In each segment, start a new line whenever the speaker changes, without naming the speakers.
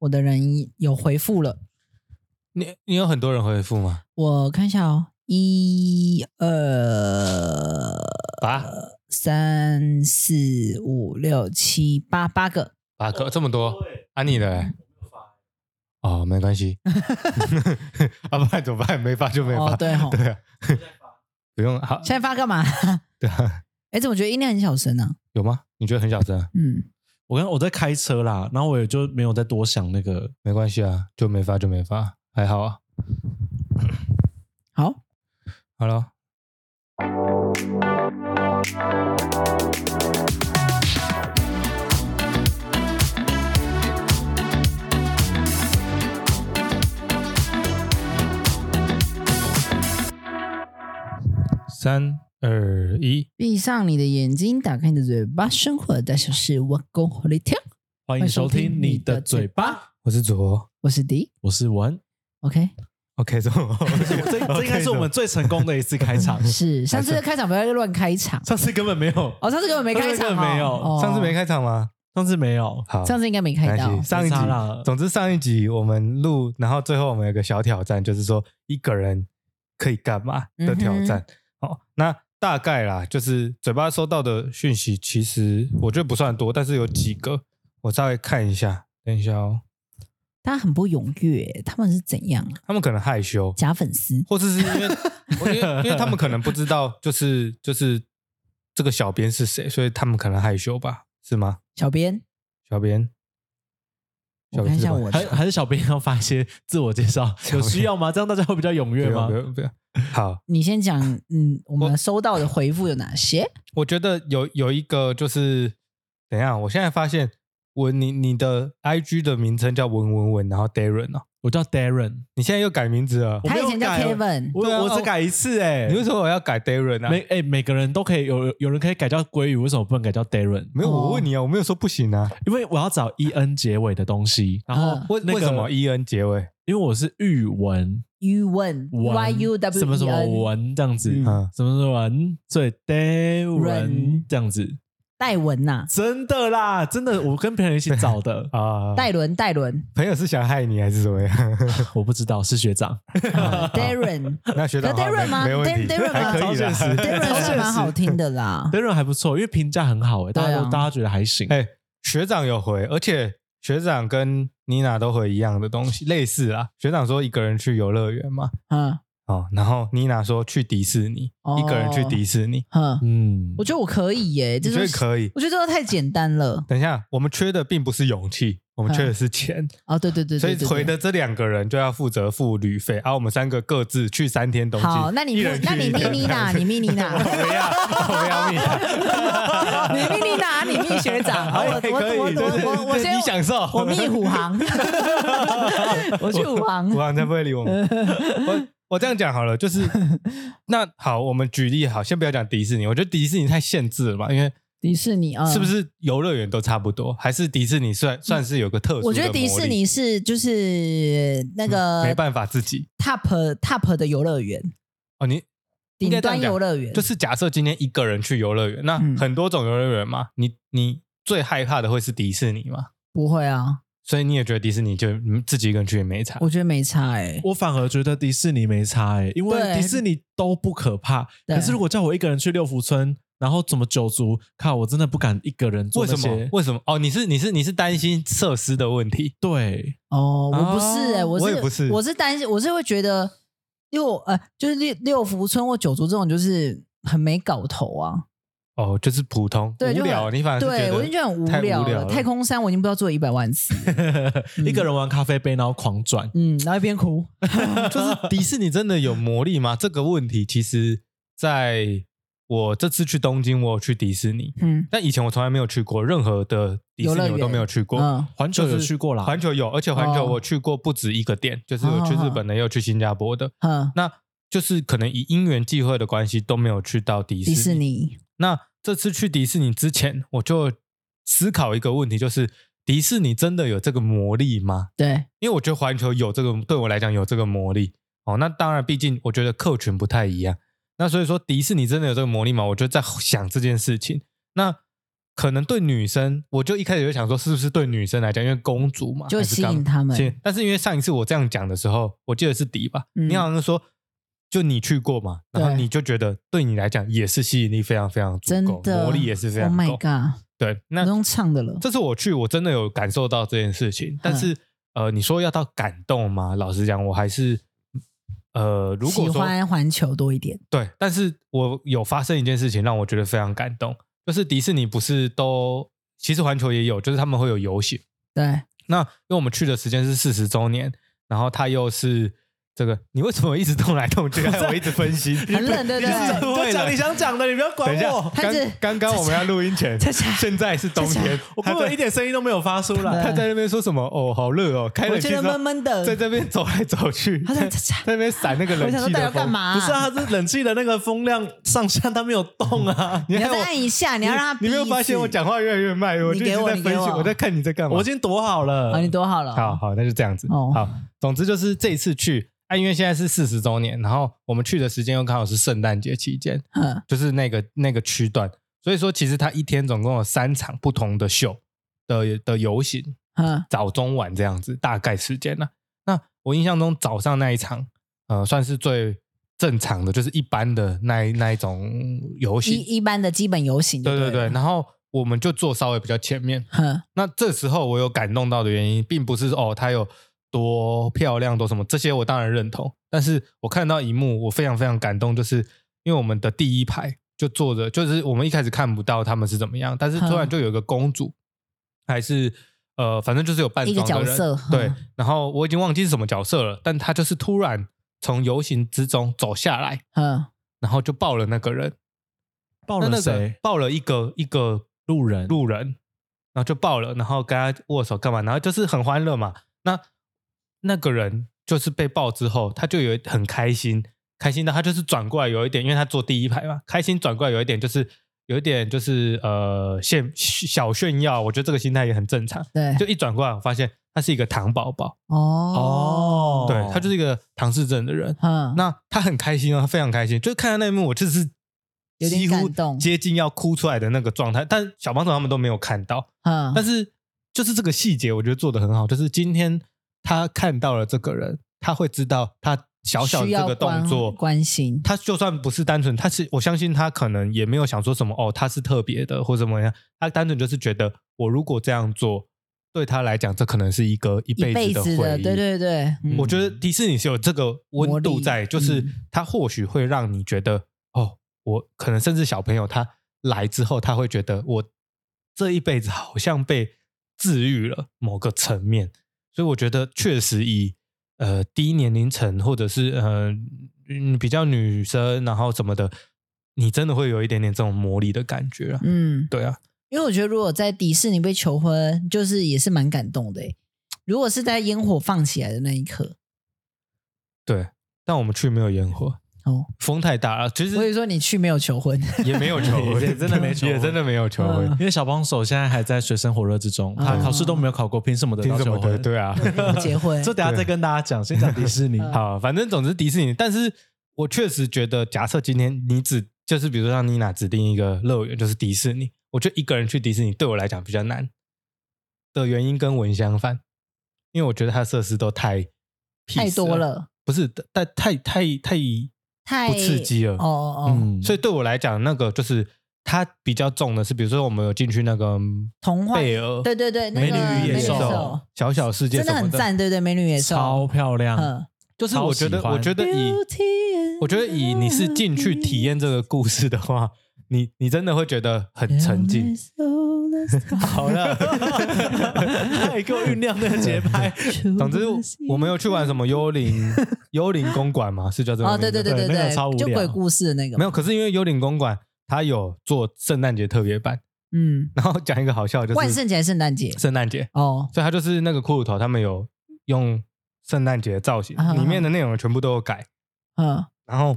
我的人有回复了。
你你有很多人回复吗？
我看一下哦，一、二、啊
八
三、四、五、六、七、八，八个。
八个这么多，啊你的嘞？哦，没 关系，啊不然怎么办？没发就没发，
哦，对吼、
对啊，不用好
现在发干嘛？
对啊，
哎，怎么觉得音量很小声呢、
有吗？你觉得很小声啊？
嗯，
我刚我在开车啦，然后我也就没有再多想那个。
没关系啊，就没发就没发，还好啊。
好，
好了，三二一，
闭上你的眼睛，打开你的嘴巴，生活大小事，我讲和你听。
欢迎收听你的嘴巴，
我是左
我是迪
我是文。
，OK，，
，OK，左，
这这应该是我们最成功的一次开场
是上次的开场不要乱开场
上次根本没有，
哦，上次根本没开场
上次根
哦、
本没有
哦
上次没，开场吗？
上次没有。
好，
上次应该没
没
开哎到
关系。上一集
没差啦
总之上一集我们录，然后最后我们有个小挑战，就是说一个人可以干嘛的挑
嗯
战。哦，那大概啦，就是嘴巴收到的讯息，其实我觉得不算多，但是有几个我稍微看一下。等一下哦，
大家很不踊跃，他们是怎样啊？
他们可能害羞，
假粉丝
或者是因 为我因为因为他们可能不知道，就是就是这个小编是谁，所以他们可能害羞吧？是吗？
小编，
小编，
我看一下我
还
的，
还是小编要发一些自我介绍，有需要吗？这样大家会比较踊
不
跃
要
吗
不？要不要，好。
你先讲，嗯，我们收到的回复有哪些？
我觉得有有一个就是，等一下，我现在发现我你你的 I G 的名称叫文文文，然后 Darren 哦，
我叫 Darren，
你现在又改名字了，
我
他
没有
以前叫
改啊
Kevin，
我
对啊
我只改一次哎，
你为什么要改 Darren 啊？
每哎每个人都可以有有人可以改叫鲑鱼，为什么不能改叫 Darren？
没有，
哦
我问你啊，我没有说不行啊，
因为我要找 E N 结尾的东西，然后
嗯
为
那个
为什么 E N 结尾？
因为我是玉文
U N
文
Y U W
什么什
E
么
N
文这样子，
嗯
嗯，，
什么什么文，所以 Darren
人
这样子，
戴文呐、
真的啦，真的，我跟朋友一起找的
啊，
戴伦戴 伦、
朋友是想害你还是怎么样？
啊我不知道是学长，
啊、，Darren
那学长
那
好
Darren 吗
没没问题，
Darren- Darren 吗
还可以
超现实
啦。
Darren 是蛮好听的啦，
Darren 还不错，因为评价很好诶、大家都、
对啊
大家觉得还行，
哎，学长有回，而且学长跟妮娜都回一样的东西，类似啦。学长说一个人去游乐园嘛，
嗯
哦，然后妮娜说去迪士尼，
哦
一个人去迪士尼，
哼，
嗯，
我觉得我可以耶、
你
这
觉
就
得
是
可以？
我觉得这个太简单了
等一下，我们缺的并不是勇气，我们缺的是钱，
哦，对对对
所
对
以
对对
回的这两个人就要负责付旅费，啊而、我们三个各自去三天东京。
好，那你不
一人去
那你
一
密
个
妮娜，你密妮
我
娜，
不要，我不要你。
你密妮娜，你密学长，好我
哎
我
可以
我
对对
我我我
对
先
你享受，
我密虎 航，我 去虎航
我，好才不会理我们。 我我这样讲好了，就是那好，我们举例好，先不要讲迪士尼，我觉得迪士尼太限制了嘛，因为
迪士尼啊，嗯
是不？是游乐园都差不多，还是迪士尼算算是有个特殊的
我觉得迪
魔
士
力
尼是就是那个
嗯没办法自己
top top 的游乐园，
哦，你应
顶
该这样
端
讲
游乐园
就是假设今天一个人去游乐园，那
嗯
很多种游乐园嘛，你你最害怕的会是迪士尼嘛？
不会啊，
所以你也觉得迪士尼就嗯自己一个人去也没差
我觉得没差哎，
我反而觉得迪士尼没差诶、因为
对
迪士尼都不可怕，
对
可是如果叫我一个人去六福村，然后怎么九族，靠，我真的不敢一个人做
为
那
什
些，
么？为什么？哦，你是你是你是担
嗯
心设施的问题？
对，
哦，我不是哎、
哦
是
我也不是
我是担心，我是会觉得六呃，就是六六福村或九族这种，就是很没搞头啊。
哦，就是普通
对就
无
很
聊，你反啊而是
对我就觉得很无
太
聊
无聊
了。太空 山我已经不知道做了一百万次，
一个人玩咖啡杯，然后狂转，
嗯，然后一边哭，
就是迪士尼真的有魔力吗？这个问题其实在我这次去东京，我有去迪士尼，
嗯，
但以前我从来没有去过任何的迪士
游乐
尼，我都
园
没有去过。
嗯
环球有去过啦，
环球有，而且环球
哦
我去过不止一个店，就是有去日本的，也有去新加坡的。
嗯，
那就是可能以因缘际会的关系，都没有去到迪
迪
士尼。
士尼，
那这次去迪士尼之前，我就思考一个问题，就是迪士尼真的有这个魔力吗？
对，
因为我觉得环球有这个，对我来讲有这个魔力。哦，那当然，毕竟我觉得客群不太一样。那所以说，迪士尼真的有这个魔力吗？我就在想这件事情。那可能对女生，我就一开始就想说，是不是对女生来讲，因为公主嘛，
就
还是
吸
干嘛
引他们。
是，但是因为上一次我这样讲的时候，我记得是迪吧，
嗯
你好像说就你去过嘛，然后
对
你就觉得对你来讲也是吸引力非常非常足
真
够，
的
魔力也是非
Oh
常够。
my god！
对，那
不用唱的了。
这次我去，我真的有感受到这件事
嗯
情，但是呃，你说要到感动吗？老实讲，我还是呃，如果
喜
说
欢啊环球多一点，
对，但是我有发生一件事情让我觉得非常感动，就是迪士尼不是都其实环球也有，就是他们会有游行。
对，
那因为我们去的时间是四十周年，然后它又是这个，你为什么一直动 来动去？害我一直分心，
很冷对不对？
对
我讲你想讲的，你不要管
等一下
我，，
他
刚
一直
刚刚我们要录音 前
恰恰，
现在是冬天，
我根
他
本一
在
点声音都没有发出来。
他在那边说什么？哦，好热哦，开
呃我
冷气
觉
之
得
后
闷，闷的。
在这边走来走去，
他在
在
恰恰
在那边闪那个
我
冷
想说
气
大家
的
干
风。
嘛？
不是啊，它是冷气的那个风量上下，它没有动 啊。
你
你要
看
再
我，
按一下，你要让他
你没有
逼一
发现
次
我？讲话越来越慢？我
你
就
给
一直
我
在
你
分
给
析，
我
我在看你在干嘛
我已。经躲好了。
好，你躲好了。
好，好，那就这样子。
哦
好，总之就是这一次去，啊，因为现在是四十周年，然后我们去的时间又刚好是圣诞节期间，
嗯，
就是那个那个区段，所以说其实它一天总共有三场不同的秀的的游行，
嗯
早中晚这样子，大概时间呢、那我印象中早上那一场，呃，算是最正常的，就是一般的那一那一种游
一
行。
一般的基本游行就
对
对
对
啊
对，
了，
然后我们就坐稍微比较前面，
哼
那这时候我有感动到的原因，并不是说哦她有多漂亮多什么，这些我当然认同。但是我看到一幕，我非常非常感动，就是因为我们的第一排就坐着，就是我们一开始看不到他们是怎么样，但是突然
嗯
就有一个公主，还是呃，反正就是有扮
一个
装
角
的人
色
对
嗯。
然后我已经忘记是什么角色了，但她就是突然从游行之中走下来，
哼，
然后就抱了那个人，
抱
那
了
那个
谁？
抱了一个一个
路人。
路人，然后就抱了，然后跟他握手干嘛，然后就是很欢乐嘛。那那个人就是被抱之后，他就有很开心，开心到他就是转过来有一点，因为他坐第一排嘛，开心转过来有一点就是有一点就是呃炫小炫耀，我觉得这个心态也很正常。
对，
就一转过来，我发现他是一个糖宝宝，
哦
哦，
对他就是一个唐氏症的人。
嗯，
那他很开心啊，他非常开心，就是看到那一幕，我就是
有点
几乎
感动
接近要哭出来的那个状态，但小帮手他们都没有看到。
嗯，
但是就是这个细节，我觉得做的很好。就是今天他看到了这个人，他会知道他小小的
需
这
要
个动
关
作，
关心
他就算不是单纯，他是我相信他可能也没有想说什么哦，他是特别的或怎么样，他单纯就是觉得我如果这样做，对他来讲，这可能是一个一
一
辈
辈
子的
子
回
的，
忆。
对对对，嗯
我觉得迪士尼是有这个温
魔
度
力
在，就是
嗯
它或许会让你觉得，哦，我可能甚至小朋友他来之后，他会觉得我这一辈子好像被治愈了某个层面，所以我觉得确实以呃低年龄层或者是呃嗯比较女生然后什么的，你真的会有一点点这种魔力的感觉啊，
嗯，
对啊，
因为我觉得如果在迪士尼被求婚，就是也是蛮感动的欸。如果是在烟火放起来的那一刻，
对，但我们去没有烟火，
哦，
风太大了，其实
所以说你去没有求 婚，
也 没有求婚，
也真的 没求婚
也真的没有求婚
嗯。
因为小帮手现在还在水深火热之中，他
嗯
考试都没有考过，凭什么得
听
到
什么
求
的？
婚？
对啊，
不结婚，
这等下再跟大家讲，先讲迪士尼。
嗯
好，反正总之迪士尼，但是我确实觉得，假设今天你只就是比如说让妮娜指定一个乐园，就是迪士尼，我觉得一个人去迪士尼对我来讲比较难的原因跟文相反，因为我觉得它的设施都太 peace
太多，了，
不是，但太太太
太
不刺激了
哦哦哦，
嗯，
所
以
以对我来讲，那个就是它比较重的是，比如说我们有进去那个
童话，
贝尔、
对对对，那
美
个
女与野
美
兽
兽、小小世界
真
什
的
么
很
的，
赞，对对，美女与野兽，
超漂亮。
嗯，
就是我觉得，
超喜欢
我觉得以
Beauty and
我觉得以你是进去体验这个故事的 话，你你真的会觉得很沉浸。
好 了，他
哎
也给我酝酿那个 节 拍。
总之，我们有去玩什么幽灵幽灵公馆嘛，是叫这个
哦，
名字
对对对对
对那个
对
超无，
就
聊
鬼故事的那个，
没有。可是因为幽灵公馆它有做圣诞节特别版，
嗯，
然后讲一个好笑的就
万
是
圣节还是圣诞节？
圣诞节，
哦，
所以它就是那个骷髅头，他们有用圣诞节的造型
啊，
里面的内容全部都有改。
嗯，
然后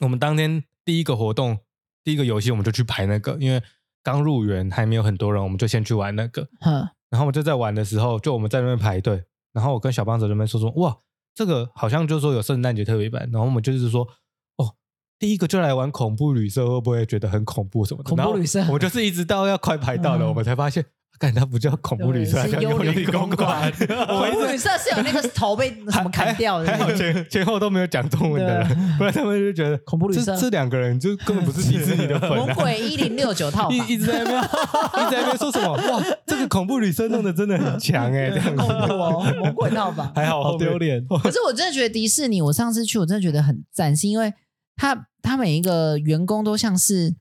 我们当天第一个活动，第一个游戏我们就去排那个，因为刚入园还没有很多人，我们就先去玩那个。
哼，
然后我们就在玩的时候，就我们在那边排队，然后我跟小帮手在那边说说，哇，这个好像就是说有圣诞节特别版，然后我们就是说，哦，第一个就来玩恐怖旅社，会不会觉得很恐怖什么的？
恐怖旅社
然后我们就是一直到要快排到了，
嗯
我们才发现，感它不叫恐怖旅社，它
对
叫
是幽灵
灵
公
馆
馆。
我一直
旅社是有那个头被 什么砍掉的
还
那
好
个，
前前后都没有讲中文的人，不然他们就觉得
恐怖旅社
这这两个人就根本不是迪士尼的 粉
猛
啊。
鬼啊一零六九套房，
一一直在那边，一直在那边说 什么？哇，这个恐怖旅社弄得真的很强哎、这样
很恐怖
子。
哦，猛鬼套房。
还 好
好
后面
丢脸。
可是我真的觉得迪士尼，我上次去我真的觉得很赞，是因为他他每一个员工都像是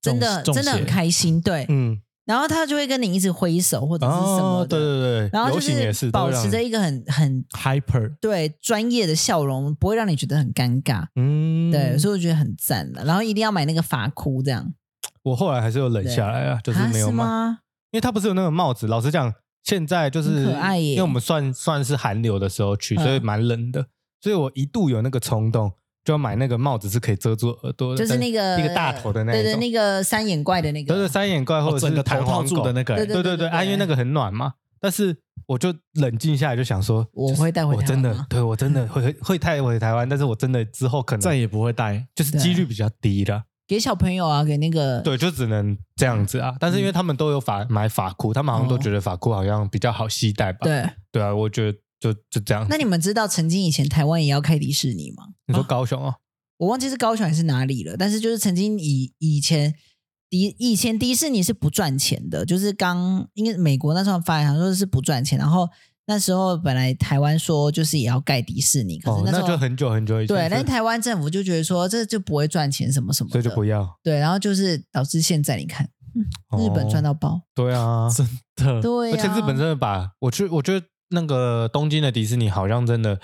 真的
中
真的很
中邪
开心，对，
嗯，
然后他就会跟你一直挥手或者是什么
哦，对
的，
对对，
然后
游
就
行也是都
保
让
持着一个很很
Hyper
对专业的笑容，不会让你觉得很尴尬，
嗯，
对，所以我觉得很赞的。然后一定要买那个发箍，这样
我后来还是有冷下来啊，就是
啊
没有
是
买，
吗？
因为它不是有那个帽子。老实讲，现在就是
很可爱耶
因为我们算算是寒流的时候去，
嗯
所以蛮冷的，所以我一度有那个冲动，就要买那个帽子是可以遮住耳朵的，
就是那个
一个大头的那
对
一
对，
种，
那个三眼怪的那个，
对对，三眼怪或
哦
者
整
是
个头
弹
套
簧
住
狗
的那个，
对
欸
对对
对
对，啊，
对
因为那个很暖嘛。但是我就冷静下来，就想说，
我
就是
会带回
我
台湾
真的
吗，
对我真的会会带回台湾，但是我真的之后可
再
能
也不会戴。
就是几率比较低了，
给小朋友啊，给那个
对，就只能这样子啊。但是因为
嗯
他们都有法买法裤，他们好像都觉得法裤好像比较好携带吧？
哦对。
对啊，我觉得就就这样。
那你们知道曾经以前台湾也要开迪士尼吗？
你说高雄哦，
我忘记是高雄还是哪里了，但是就是曾经以以前迪以前迪士尼是不赚钱的，就是刚因为美国那时候发行说是不赚钱，然后那时候本来台湾说就是也要盖迪士尼，可是
哦，
时
那
候、
就很久很久以前，
对，但是台湾政府就觉得说这就不会赚钱什么什么的，
所以就不要。
对，然后就是导致现在你看日本赚
到
到爆，
哦对 啊，
真的，
对、啊，
而且日本真的把我去，我觉得那个东京的迪士尼好像真的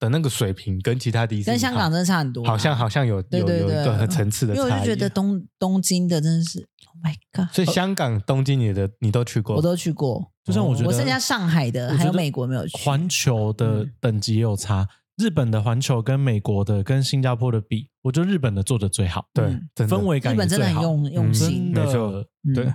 的那个水平跟其他迪士尼
跟香港
好
真的差很多啊、
好像好像有
对
有
对
有
对嗯
一个很层次的
因为我
差
就
异。啊
觉得东东京的真的是，Oh my god！
所以香港、东京你的你都去过，
我都去过，
就像我觉得，
我剩下上海的
我觉得
还有美国没呃有去嗯
环球的等级也有差，日本的环球跟美国的跟新加坡的比，我觉得日本的做的最好，
对
嗯
真的
氛围
日
感也
本真的
最
很
好，
用用
真
心，
的
没错
嗯
对，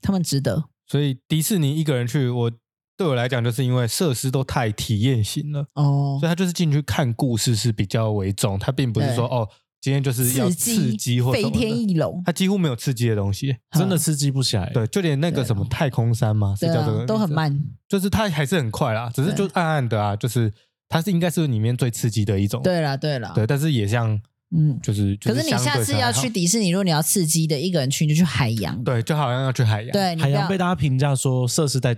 他们值得
所以迪士尼一个人去，我对我来讲就是因为设施都太体验型了，
哦
所以。他就是进去看故事是比较为重，他并不是说
对
哦今天就是要
刺
刺激
激
或什
飞
么
天
的，
翼龙，
他几乎没有刺激的东西。
真的刺激不起来。
对，就连那个
对哦
什么太空山嘛，是
对
叫这
啊
个哦名，字
都很慢，
就是它还是很快啦，只是就
对
暗暗的啊，就是它是应该是里面最刺激的一种，
对啦对啦，
对，但是也像
嗯。
就是，
可
就是
你
相
下
对
次
才
要
好
去，迪士尼，如果你要刺激的，一个人去你就去海洋，
对，就好像要去海洋，，
对，你
海
不
洋
要
被大家评价说设施在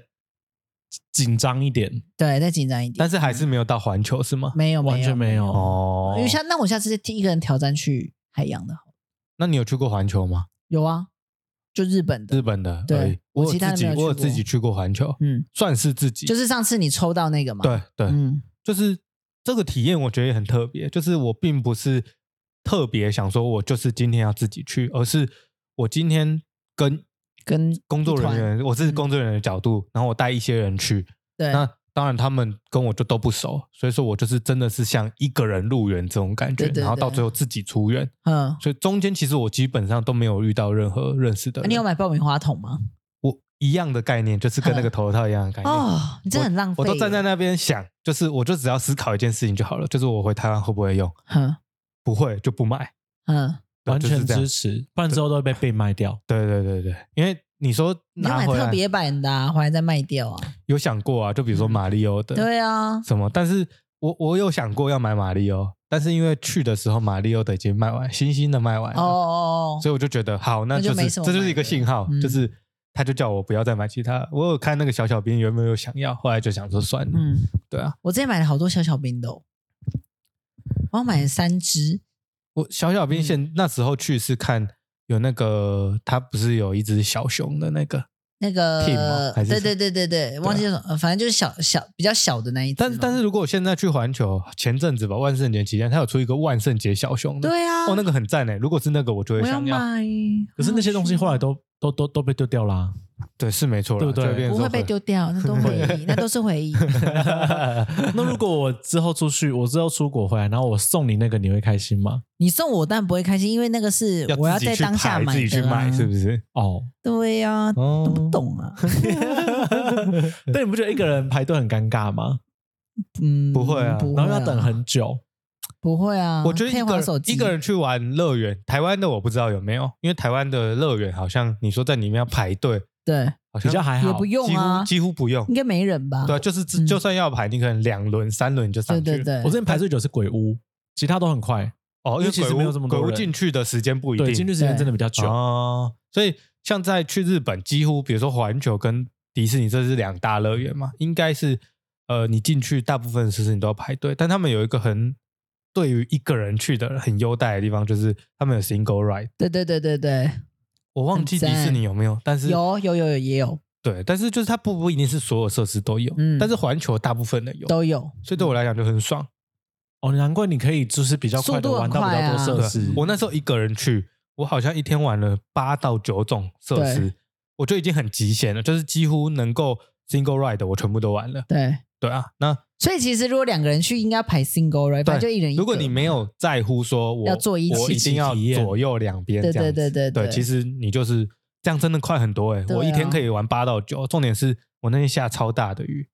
紧张一点，
对再紧张一点，
但是还是没有到环球是吗？
没有
完全没
没
有
有，
哦
嗯因为，下那我下次就一个人挑战去海洋的好了，
那你有去过环球吗？
有啊，就日本的，
日本的，
对
而已我
我
有
其他
自
的
己
没有去
我有
过
自己去过环球，
嗯，
算是自己，
就是上次你抽到那个嘛，，
对对，
嗯，
就是这个体验，我觉得也很特别。就是我并不是特别想说，我就是今天要自己去，而是我今天跟
跟
工作人员，我是
嗯
工作人员的角度，然后我带一些人去。
对，
那当然，他们跟我就都不熟，所以说我就是真的是像一个人入园这种感觉，
对对对
然后到最后自己出园。
嗯，
所以中间其实我基本上都没有遇到任何认识的
啊
人。
你有买爆米花筒吗？
我一样的概念，就是 跟那个头套一样的概念。
哦，你真的很浪费
我都站在
耶，
那边想，就是我就只要思考一件事情就好了，就是我回台湾会不会用，
嗯
不会就不买。
嗯，
对
完
就是
全
这样
支持，不然之后都会被被卖掉。
对对对对，因为你说
你要
拿
买
回
特
来
别版的，啊，回来再卖掉啊，
有想过啊，就比如说马里奥的，
对啊，
什么，但是我我有想过要买马里奥，但是因为去的时候马里奥的已经卖完，新兴的卖完
哦
了，
哦
所以我哎就觉得好，那
那就
就是
没什么
这就是
买
一个
的
信号，
嗯
就是他就叫我不要再买其他。我有看那个小小兵原本有想要，后来就想说算了，
嗯，
对啊，
我之前买了好多小小冰的哦，我买了三只，
我小小
嗯
兵现、那时候去是看有那个，他不是有一只小熊的那个，
那
Team 吗
个
还是
对
什么
对
啊
对对对，忘记叫什么，呃反正就是小小比较小的那一只嘛，
但是但是如果我现在去环球，前阵子吧，万圣节期间，他有出一个万圣节小熊的，
对啊，
哦，那个很赞诶。如果是那个，我就会
我要
想要。
买，
可是那些东西后来都都都都被丢掉 啦。
对，是没错啦，
对不对
就变成
不
说
会被丢掉，那都回忆，那都是回忆。
那如果我之后出去，我之后出国回来，然后我送你那个，你会开心吗？
你送我，但不会开心，因为那个是我
要
要
自己
在
去
当下
排
买
自己去
的啊
买，是不是？
哦，
对呀，
哦
懂不懂 啊？
但你不觉得一个人排队很尴尬吗？
嗯，
不会啊
不
然后要等很久，
不会啊，
我觉得
可以
一
玩
个
手
人
机
一个人去玩乐园，台湾的我不知道有没有，因为台湾的乐园好像你说在里面要排队，
对，
好
比
像
较还
也
好，
不用
几
啊
乎，几乎不用
应。该没人吧？
对啊，就是
嗯
就算要排，你可能两轮、三轮就上
对
去了。
对对，
我之前排最久是鬼屋，其他都很快，
哦，因
因
为
为其实
鬼屋
没有这么多
鬼屋
人
进去的时间不一定，
对，进去时间
对
真的比较久。
哦，所以像在去日本，几乎比如说环球跟迪士尼，这是两大乐园
嗯
嘛，应该是呃，你进去大部分的设施你都要排队，但他们有一个很对于一个人去的很优待的地方，就是他们有 single ride。
对对对对对，
我忘
很
记迪
赞
士尼有没有，但是
有有有有也有
对，但是就是它不不一定是所有设施都有，
嗯
但是环球大部分的有，
都有，
所以对我来讲就很爽。
哦，难怪你可以就是比较快的
速度
玩
很
到比较多
快啊
设
对
施。
我那时候一个人去，我好像一天玩了八到九种设施，我就已经很极限了，就是几乎能够 single ride 的我全部都玩了。
对。
对啊，那
所以其实如果两个人去，应该排 single right，
对
反正就一人一个。
如果你没有在乎说我
要做一起
我一定要
体验
左右两边
对
这样子，
对对对
对
对
其实你就是这样，真的快很多哎、
对啊
我一天可以玩八到九，重点是我那天下超大的雨。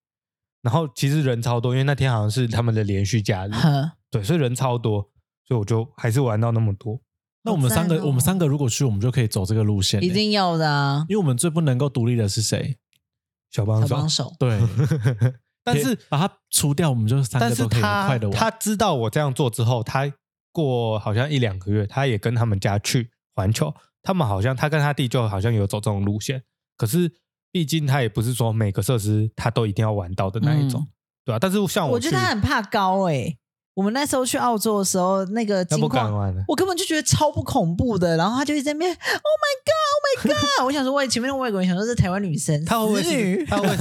然后其实人超多，因为那天好像是他们的连 续假日，
呵，
对，所以人超多，所以我就还是玩到那么多。
那我们三
好
个，
赞哦
我们三个如果去，我们就可以走这个路线欸。
一定要的啊，
因为我们最不能够独立的是谁？
小帮
小
手，
帮手。
对，
但是
把它除掉，我们就三
但
个
是
都可以很
他
快的玩。
他知道我这样做之后，他过好像一两个月，他也跟他们家去环球，他们好像他跟他弟就好像有走这种路线，可是毕竟他也不是说每个设施他都一定要玩到的那一
嗯
种，对啊，但是像
我
去，
觉得他很怕高哎、我们那时候去澳洲的时候，那个
他
金
不敢
矿，
玩了。
我根本就觉得超不恐怖的。然后他就一直在那边，Oh my God，Oh my God！我想说，我前面的外国人想说这台湾女生，
他会不会
死
是
女？
他 会不会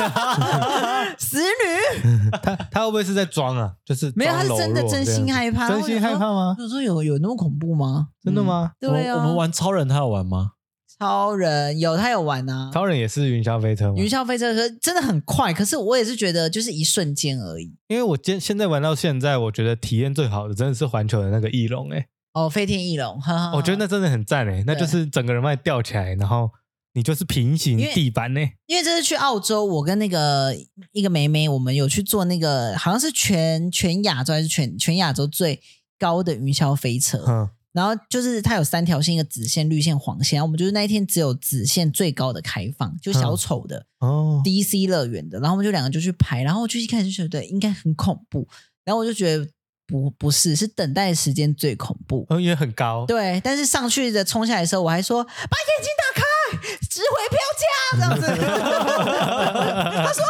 是
死女
他他会不会是在装啊？就是
没有，他是
装
真的
柔弱
真心
这样
害怕，
子真心害怕吗
我？想说有有那么恐怖吗？
真的吗？
我
对
们
啊，
我们玩超人，他有玩吗？
超人有他有玩啊，
超人也是云霄飞车吗？
云霄飞车可真的很快，可是我也是觉得就是一瞬间而已。
因为我今现在玩到现在，我觉得体验最好的真的是环球的那个翼龙哎、欸
哦，飞天翼龙，哈哈
我觉得那哦真的很赞哎、那
嗯对
就是整个人脉吊起来，然后你就是平行地板欸呢、
因为这次去澳洲，我跟那个一个妹妹，我们有去做那个好像是全全亚洲还是全全亚洲最高的云霄飞车，
嗯，
然后就是它有三条线，一个紫线、绿线、黄线，然后我们就是那一天只有紫线最高的开放，就
嗯
小丑的。
哦，
DC 乐园的，然后我们就两个就去排，然后我就一开始就觉得应该很恐怖，然后我就觉得不不是，是等待时间最恐怖。
嗯因为很高，
对，但是上去的冲下来的时候，我还说把眼睛打开，值回票价这样子。他 说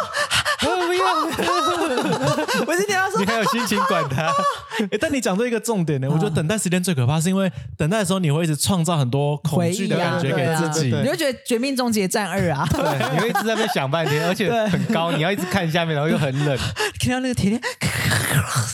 哦
不 要，
我是听他说
你还有心情管 他？
诶但你讲对一个重点呢，我觉
啊
得等待时间最可怕，是因为等待的时候你会一直创造很多恐
回
惧
忆
的
啊，
感觉
对
给
啊
自己。
你会觉得《绝命终结战二》 啊，
对，你会一直在那边想半天，而且很高，你要一直看下面，然后又很 冷。
看到那个铁 链，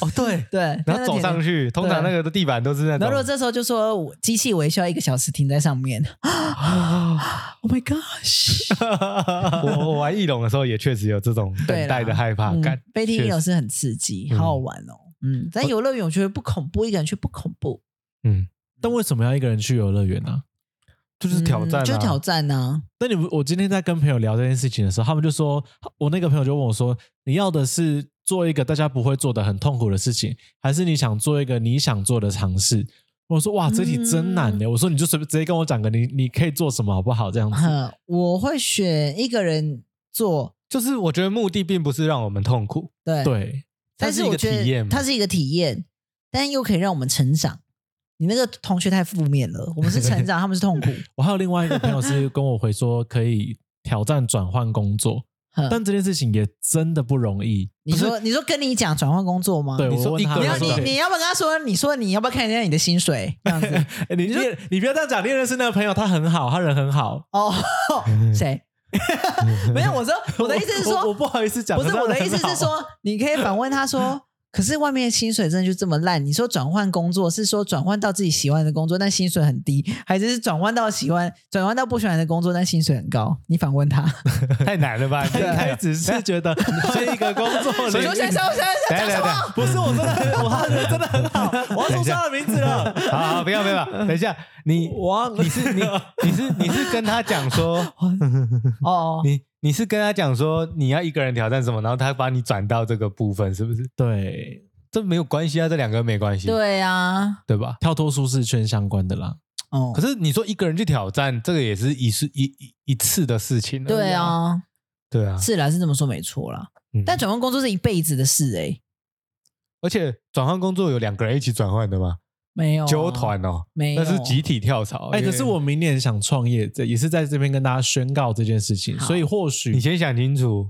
哦，对，
对，
然后走上
去。
去，通常那个地板都是那
然后如果
种。
这时候就说我机器维修要一个小时停在上面 ，Oh my gosh！
我我玩翼龙的时候也确实有这种等待的害怕感
嗯。飞天
确
翼龙
实，
是很刺激，好好玩哦。嗯，但游乐园我觉得不恐怖，一个人去不恐怖，
嗯，
但为什么要一个人去游乐园呢？
就是挑战啊，
嗯就挑战呢。
那你们我今天在跟朋友聊这件事情的时候，他们就说，我那个朋友就问我说，你要的是做一个大家不会做的很痛苦的事情，还是你想做一个你想做的尝试？我说哇，这题真难欸呢。我说你就随便直接跟我讲个你你可以做什么好不好？这
嗯
样子，
哼我会选一个人做，
就是我觉得目的并不是让我们痛 苦，
对，
对，
但
它是一
我
个
觉
体验
得
嘛
它是一个体验，但又可以让我们成长。你那个同学太负面了，我们是成 长，他们是痛苦。
我还有另外一个朋友 是跟我回说，可以挑战转换工作，
哼
但这件事情也真的不容易。
你说你说跟你讲转换工作吗？
对，
你
我
说
问
一
他，
个
你
人
要
啊我
你
说
你要不要跟他说？你说你要不要看一下你的薪水这样子？
哎你你你不要这样讲，那个人是那个朋友，他很好，他人很好。
哦，谁？没有，我说我的意思是说，
我 我不好意思讲，
不是
可他
我的
人
意思
很好
是说，你可以反问他说：“可是外面的薪水真的就这么烂？你说转换工作是说转换到自己喜欢的工作，但薪水很低，还是转换到喜欢转换到不喜欢的工作，但薪水很高？”你反问他，
太难了 吧？
他一开始是觉 得这一个工作
你
领
说先生，先
域
生
等
讲什
一下等一
么？
下
不是我真的很，我他人真的 很好，我要
等一
说出
下
他的名字了。
好好，不要不要，等一下，你
我
你是你你是你是跟他讲说，
哦，
你你是跟他讲说你要一个人挑战什么，然后他把你转到这个部分，是不是？
对，
这没有关系啊，这两个没关系，
对啊，
对吧？
跳脱舒适圈相关的啦。
哦，
可是你说一个人去挑战，这个也是一次一一一次的事情而已，
对啊，
对啊，
是啦，是这么说没错啦。
嗯
但转换工作是一辈子的事哎、
而且转换工作有两个人一起转换的嘛，
没有啊
纠团哦，
没有，
那是集体跳槽。
哎、
因为
可是我明年想创业，这也是在这边跟大家宣告这件事情，
好
所以或许
你先想清楚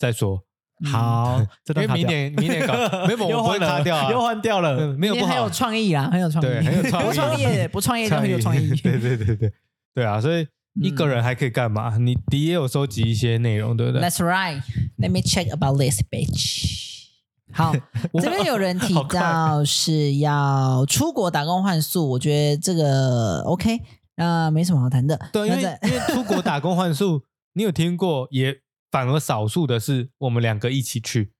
再说，
嗯
好，这
因为
段卡
明
掉
年明年搞 没有，
又
我不会
换
擦
了，
掉啊，
又换掉了。
嗯没有
你
不
很
好
有，创意啦，很有创意，
对很有创意，
不创业不创业就很有创意嗯
对对对对对啊，所以一个人还可以干嘛？你你也有收集一些内容，对不对？
That's right. Let me check about this bitch. 好，这边有人提
好快
到是要出国打工换宿，我觉得这个 OK，那、没什么好谈的。
对，因
那
为
在
因为出国打工换宿，你有听过？也反而少数的是我们两个一起去，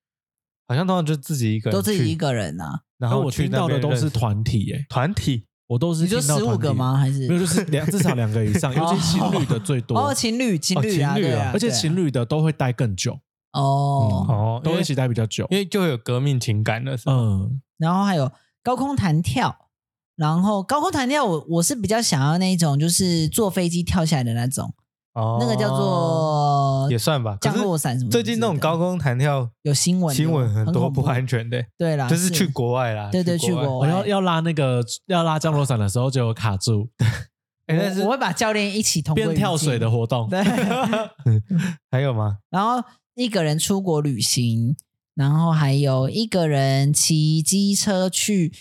好像通常就自己一个人
都自己一
去，
个人啊？
然
然
后
哎后我
去
听
那
到的
边
都是
认识
团体、哎，
团体，
我都是
你就
听到
十五
团体
个？吗？还
没
是
有，就是两至少两个以 上，尤其情侣的最多，
哦情侣情侣啊？
情侣啊
对啊，
而且情
侣
侣的都会待更久，
哦、
哦
都一起待比较久。
因为就会有革命情感了，是吧？
嗯，
然后还有高空弹跳，然后高空弹跳我我是比较想要那一种，就是坐飞机跳下来的那种，
哦
那个叫做
也算吧。可
哦降落
是
伞什么之类的。
最近那种高空弹跳
有新闻的，
新闻很多
恐怖
不安全的，
对啦，
就是去国外啦，
对对
国
去国
外。
我
外
要要拉那个要拉降落伞的时候就有 卡住，
哎，但是
我我会把教练一起同归于
变
尽
跳水的活动。
对，
还有吗？
然后一个人出国旅行，然后还有一个人骑机车去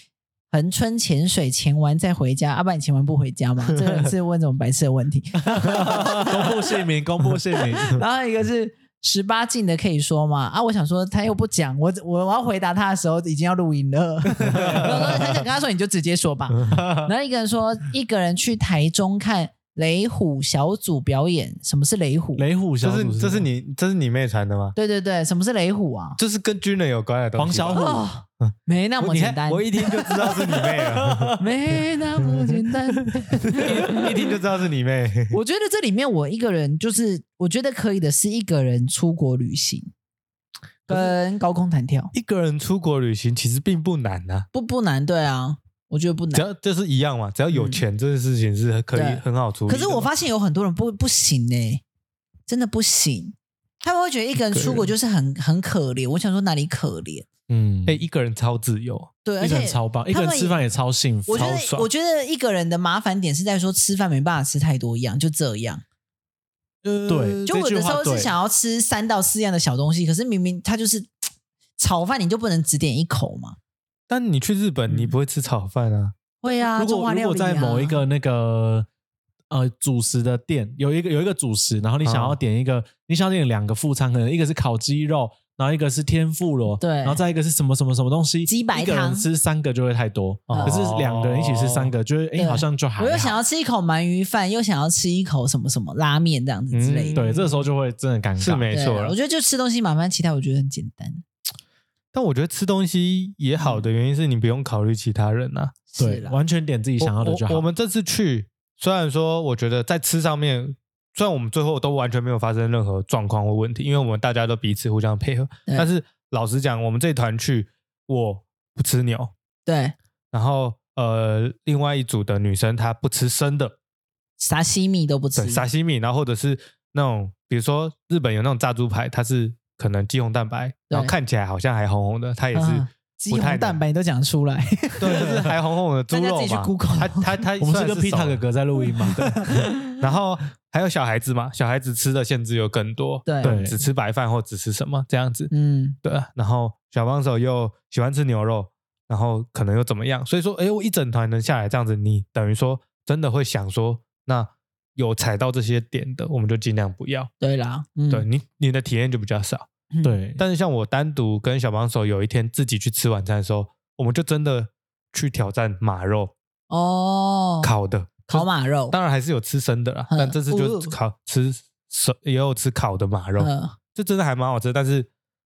恒春潜水，潜完再回家。阿、啊、爸，你潜完不回家吗？这个是问这种白痴的问题。
公布姓名，公布姓 名。
然后一个是十八禁的可以说吗？啊，我想说他又不讲，我我要回答他的时候已经要录音了。我 说他想跟他说你就直接说吧。然后一个人说一个人去台中看雷虎小组表演，什么是雷虎？
雷虎小
这
组
是这
什
是
么
你这是你妹传的吗？
对对对，什么是雷虎啊？
就是跟军人有关的东西吧。
黄小虎
哦，没那
我
么
你
简
看
单，
我一听就知道是你妹啊了，
没那么简单。
一听就知道是你妹。
我觉得这里面我一个人就是，我觉得可以的是一个人出国旅行，跟高空弹跳
一个人出国旅行其实并不难呐，
不不难，对啊，我觉得不
只
难。嗯
要就是一样嘛，只要有钱，这件事情是可以
对
很好处理
可
的嘛。
是我发现有很多人不不行呢、真的不行。他们会觉得一个人出国就是很很可怜。我想说哪里可怜？
嗯，
哎，
哎，
一个人超自由，
对，而
一个人
且
超棒，一个
他
人
们
吃饭也超幸福，
我觉
超
得
爽
我觉得一个人的麻烦点是在说吃饭没办法吃太多样，就这样。
对，
就我
嗯这
有
句
的时
话
候
对
是想要吃三到四样的小东西，可是明明它就是嘖炒饭，你就不能只点一口嘛？
但你去日
嗯
本，你不会吃炒饭啊？
会啊，
如
中华
果如
料
果
理啊
在某一个那个呃主食的店有一个有一个主食，然后你想要
嗯
点一个，你想要点两个副餐，可能一个是烤鸡肉，然后一个是天妇罗，
对
然后再一个是什么什么什么东西，
鸡白
一个人
汤
吃三个就会太多，
哦
可是两个人一起吃三个，就会哎
对
好像就还好
我又想要吃一口鳗鱼饭，又想要吃一口什么什么拉面这样子之类的。
对，这时候就会真的尴尬，
是没
对啊
错啦
我觉得就吃东西麻烦，其他我觉得很简单。
但我觉得吃东西也好的原因是你不用考虑其他人啊。
是
对，
啦，
完全点自己想要的就
我我
好
我。们这次去，虽然说我觉得在吃上面，虽然我们最后都完全没有发生任何状况或问题，因为我们大家都彼此互相配合。
对
但是老实讲，我们这一团去，我不吃牛，
对，
然后呃，另外一组的女生她不吃生的，
沙西米都不吃
对，，沙西米，然后或者是那种比如说日本有那种炸猪排，它是可能肌红蛋白，然后看起来好像还红红的，它也是
啊肌
不太
红
能
蛋白都讲出 来，
对，就是还红红的猪
大家
肉
自己去
嘛。
Google
它它它
我们是
虽然
跟皮
熟
塔
的
哥哥在录音 嘛，
然后还有小孩子嘛，小孩子吃的限制又更多，
对
嗯只吃白饭或只吃什么这样子，
嗯，
对啊。然后小帮手又喜欢吃牛肉，然后可能又怎么样？所以说，哎，我一整团能下来这样子，你等于说真的会想说，那有踩到这些点的，我们就尽量不要，
对啦，嗯
对你你的体验就比较少。
嗯
对，
但是像我单独跟小帮手有一天自己去吃晚餐的时候，我们就真的去挑战马肉
哦，
烤的，
烤马肉，
当然还是有吃生的啦，
嗯
但这次就
哦
烤吃熟，也有吃烤的马肉，
嗯，
这真的还蛮好吃，但是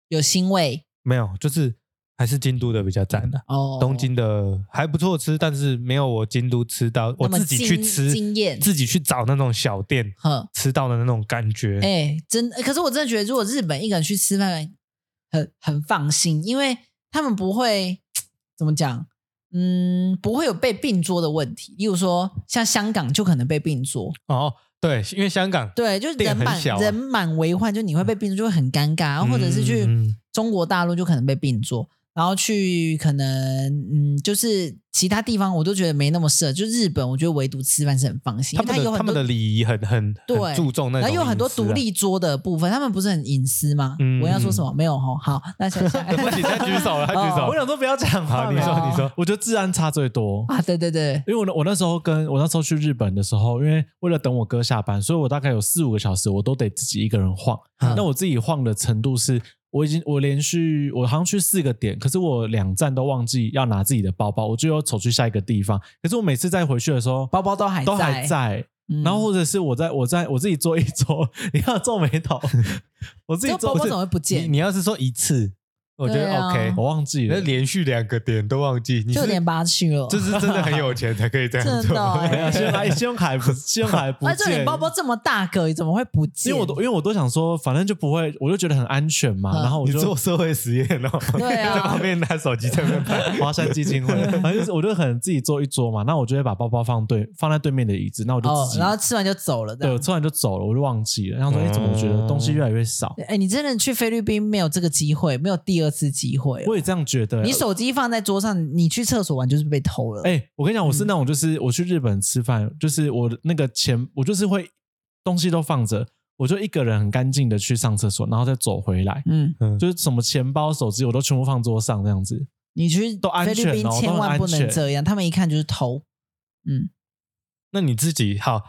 有腥味
没有，就是还是京都的比较赞的、
哦，
东京的还不错吃，但是没有我京都吃到，
那
我
么
自己去
惊
吃，
惊艳
自己去找那种小店
呵。
吃到的那种感觉。
哎哎、真、欸可是我真的觉得，如果日本一个人去吃饭，很很放心，因为他们不会怎么讲，嗯，不会有被并桌的问题。例如说，像香港就可能被并桌，
哦，对，因为香港
对，就是
店
人
很
满、
小啊
人满为患，就你会被并桌，就会很尴尬，然后或者是去
嗯嗯嗯
中国大陆就可能被并桌，然后去可能嗯，就是其他地方我都觉得没那么适合，就日本我觉得唯独吃饭是很放心，
他
因为它
们
有
的他
很
们的
多。
礼仪很很
对
很注重那种
然
隐私啊，
后有很多独立桌的部分，他们不是很隐私吗？
嗯
我要说什么？没有吼，好，那想想
对不起，他举手了，他举手
哦
我
了。
想说不要讲
好，你
哦
说你说，
我觉得治安差最多。
啊，对对对，
因为我那我那时候跟我那时候去日本的时候，因为为了等我哥下班，所以我大概有四五个小时，我都得自己一个人晃。
嗯
那我自己晃的程度是，我已经我连续我好像去四个点，可是我两站都忘记要拿自己的包包，我就又走去下一个地方。可是我每次再回去的时候，
包包都还
都还在，
嗯
然后或者是我在我在我自己做一周， 你要皱 眉头，我自己
这
做
包包怎么会不
你
见？
你要是说一次，我觉
对
得
啊
OK，
我忘记
那
了。
连续两个点都忘记，你
就有
是
点八去了，
就是真的很有钱才可以这样
真
做
的。欸
没有，信用卡信用卡还不信用卡 还不
而且
见
你包啊包这么大个，怎么会不见？
因为我都因为我都想说，反正就不会，我就觉得很安全嘛。
嗯
然后 我
你
就
做社会实验哦，
对啊
在旁边拿手机在那边拍，
华山 基金会，反正就是我就很自己坐一桌嘛。那我就会把包包放对放在对面的椅子，那我就
哦
自，己、
然后吃完就走了，这
对，我
样。
突然就走了，我就忘记了。然后说，哎、怎么我觉得东西越来越少？
哎，你真的去菲律宾没有这个机会，没有第二次机会哦。
我也这样觉得、
你手机放在桌上，你去厕所玩就是被偷了。
哎、我跟你讲，我是
嗯
那种就是我去日本吃饭，就是我那个钱，我就是会东西都放着，我就一个人很干净的去上厕所，然后再走回来，
嗯，
就是什么钱包、手机我都全部放桌上这样子。
你去
都安
菲律
全
宾
哦
千
都很
万
安
不能
全
这样，他们一看就是偷。嗯，
那你自己好，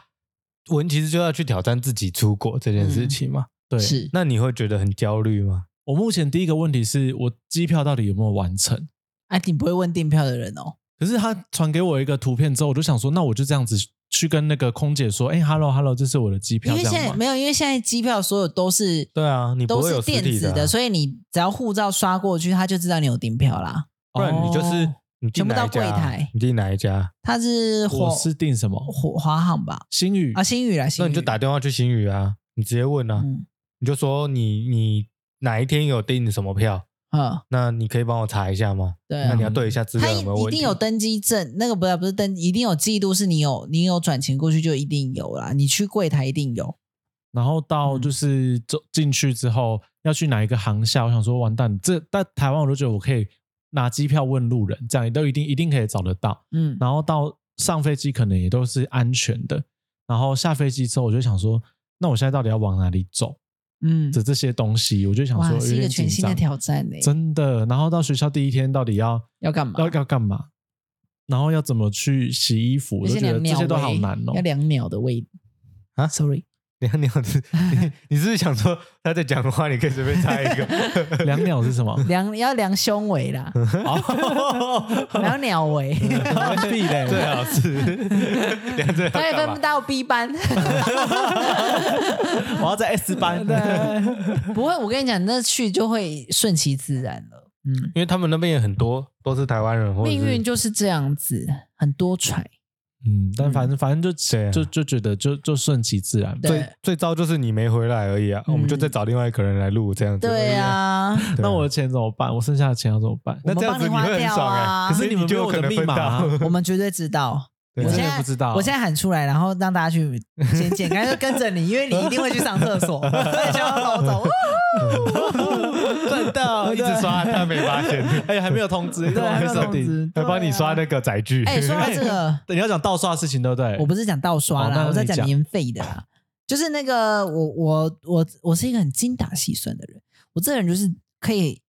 文其实就要去挑战自己出国这件事情嘛。
对，
是
那你会觉得很焦虑吗？
我目前第一个问题是我机票到底有没有完成？
哎，你不会问订票的人哦。
可是他传给我一个图片之后，我就想说，那我就这样子去跟那个空姐说，哎、h e l l o hello，这是我的机
因
票，
为
这
现
样
在
吗
没有，因为现在机票所有都是
对啊你不
都
会
是
有实
电
体
子
的啊
的，所以你只要护照刷过去，他就知道你有订票啦。
不然你就是、
哦
你进
全
哪一
部
家
到柜台
你进哪一家？
他是
我
火
是订什么
火华航吧？
星宇
啊，新宇啦，新宇
那你就打电话去新宇啊，你直接问啊，
嗯
你就说你你哪一天有订什么票，
嗯，
那你可以帮我查一下吗？
对
那
啊
你。要对一下资
他
料
一
有没有
一
问
定
题
有。登机证，那个不是不是登，一定有记录，是你有你有转钱过去就一定有啦。你去柜台一定有，
然后到
嗯
就是走进去之后要去哪一个航校，我想说完蛋，这在台湾我都觉得我可以拿机票问路人，这样也都一定一定可以找得到。
嗯，
然后到上飞机可能也都是安全的，然后下飞机之后我就想说，那我现在到底要往哪里走？
嗯
这，这些东西我就想说
哇，
有
是一
点
个全
紧
新的
张，
挑战呢、
真的。然后到学校第一天到底要
要干嘛？
要要干嘛？然后要怎么去洗衣服？我
那些
就觉得
两
这
秒
些都好
位
难哦
要。两秒的位
啊
，sorry，
你你有你你是不是想说他在讲的话，你可以随便猜一个？
两秒是 什么？
量要量胸围 啦，量鸟围，
必嘞， 最 好是梁最好
他也
干
分
嘛
不？到 B 班。
我要在 S 班。
不会，我跟你讲，那去就会顺其自然了。嗯，
因为他们那边也很多都是台湾人，或者是
命运就是这样子，很多舛。
嗯，但反正反正就
对啊
就就觉得就就顺其自然。
对
最最糟就是你没回来而已啊，
嗯
我们就再找另外一个人来录这样子。
对啊，
对啊，
那我的钱怎么办？我剩下的钱要怎么办？
那
我们
这样子
帮你
会很
花掉
爽
啊
哎，
可
是你们
就有
没
可
有我的
能
密
分
码啊
到。
我们绝对知道。
对
我
啊
现
真的
在
不知道
我现在喊出来，然后让大家去简简单就跟着你，因为你一定会去上厕 所，所以就要走走。
真的一直刷，他没 发现，
哎呀，还没有通 知，
对，还没有
设
通
定。
知，
还帮你刷那个载具。
哎、 说到这个，
对你要讲盗刷的事情，对不对？
我不是讲盗刷
哦那
啦，
那
我在
你
讲
讲
年费的啦。就是那个我我我我是一个很精打细算的人，我这个人就是可以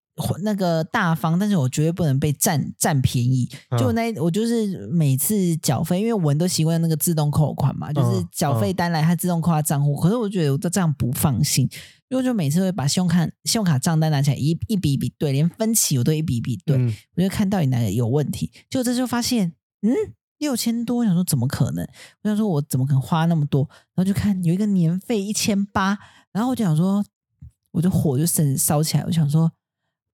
那个大方，但是我绝对不能被占占便宜。
嗯
就我那我就是每次缴费，因为我们都习惯那个自动扣款嘛，就是
嗯
缴费单来它自动扣他账户。可是我觉得我都这样不放心，因为我就每次会把信用卡信用卡账单拿起来一一笔一笔对，连分期我都一笔一笔对。
嗯，
我就看到底哪里有问题，结果这时候发现，嗯，六千多，我想说怎么可能？我想说我怎么可能花那么多？然后就看有一个年费一千八，然后我就想说，我就火就升烧起来，我想说，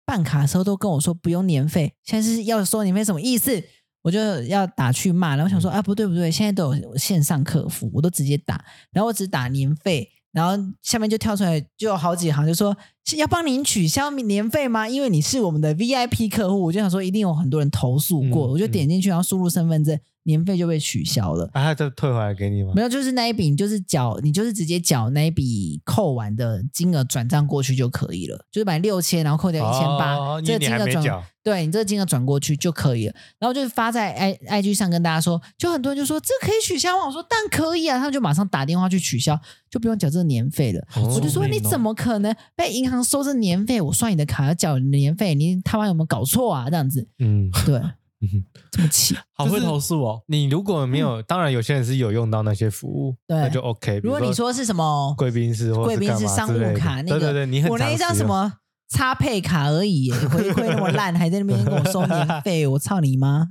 办卡的时候都跟我说不用年费，现在是要收年费什么意思？我就要打去骂，然后
嗯
想说啊，不对不对，现在都有线上客服，我都直接打，然后我只打年费，然后下面就跳出来就有好几行，就说是要帮您取消年费吗？因为你是我们的 VIP 客户，我就想说一定有很多人投诉过，
嗯
我就点进去，然后输入身份证，年费就被取消了。
啊，他再退回来给你吗
没？有，就是那一笔，你就是缴，你就是直接缴那一笔扣完的金额转账过去就可以了，就是买六千，然后扣掉一千八，
哦
这个
你
金
还
额
没
转
缴，
对你这个金额转过去就可以了。然后就是发在 i i g 上跟大家说，就很多人就说这可以取消吗？我说但可以啊，他们就马上打电话去取消，就不用缴这个年费了。
好聪
我就说
明
你
哦
怎么可能被银行收这年费？我刷你的卡要缴你的年费，你他妈有没有搞错啊？这样子，
嗯，
对
嗯，
这么气。
好
就
会
是
投诉哦。
你如果没有，当然有些人是有用到那些服务，
嗯对
那就 OK。
如果你说是什么
贵宾室或
贵宾
是
是
干嘛
商
之类
务
的
卡，那
对
个
对对，你很啊
我那一
常
张
使
什
用
么插配卡而已耶，回馈那么烂，还在那边跟我收年费，我操你 妈！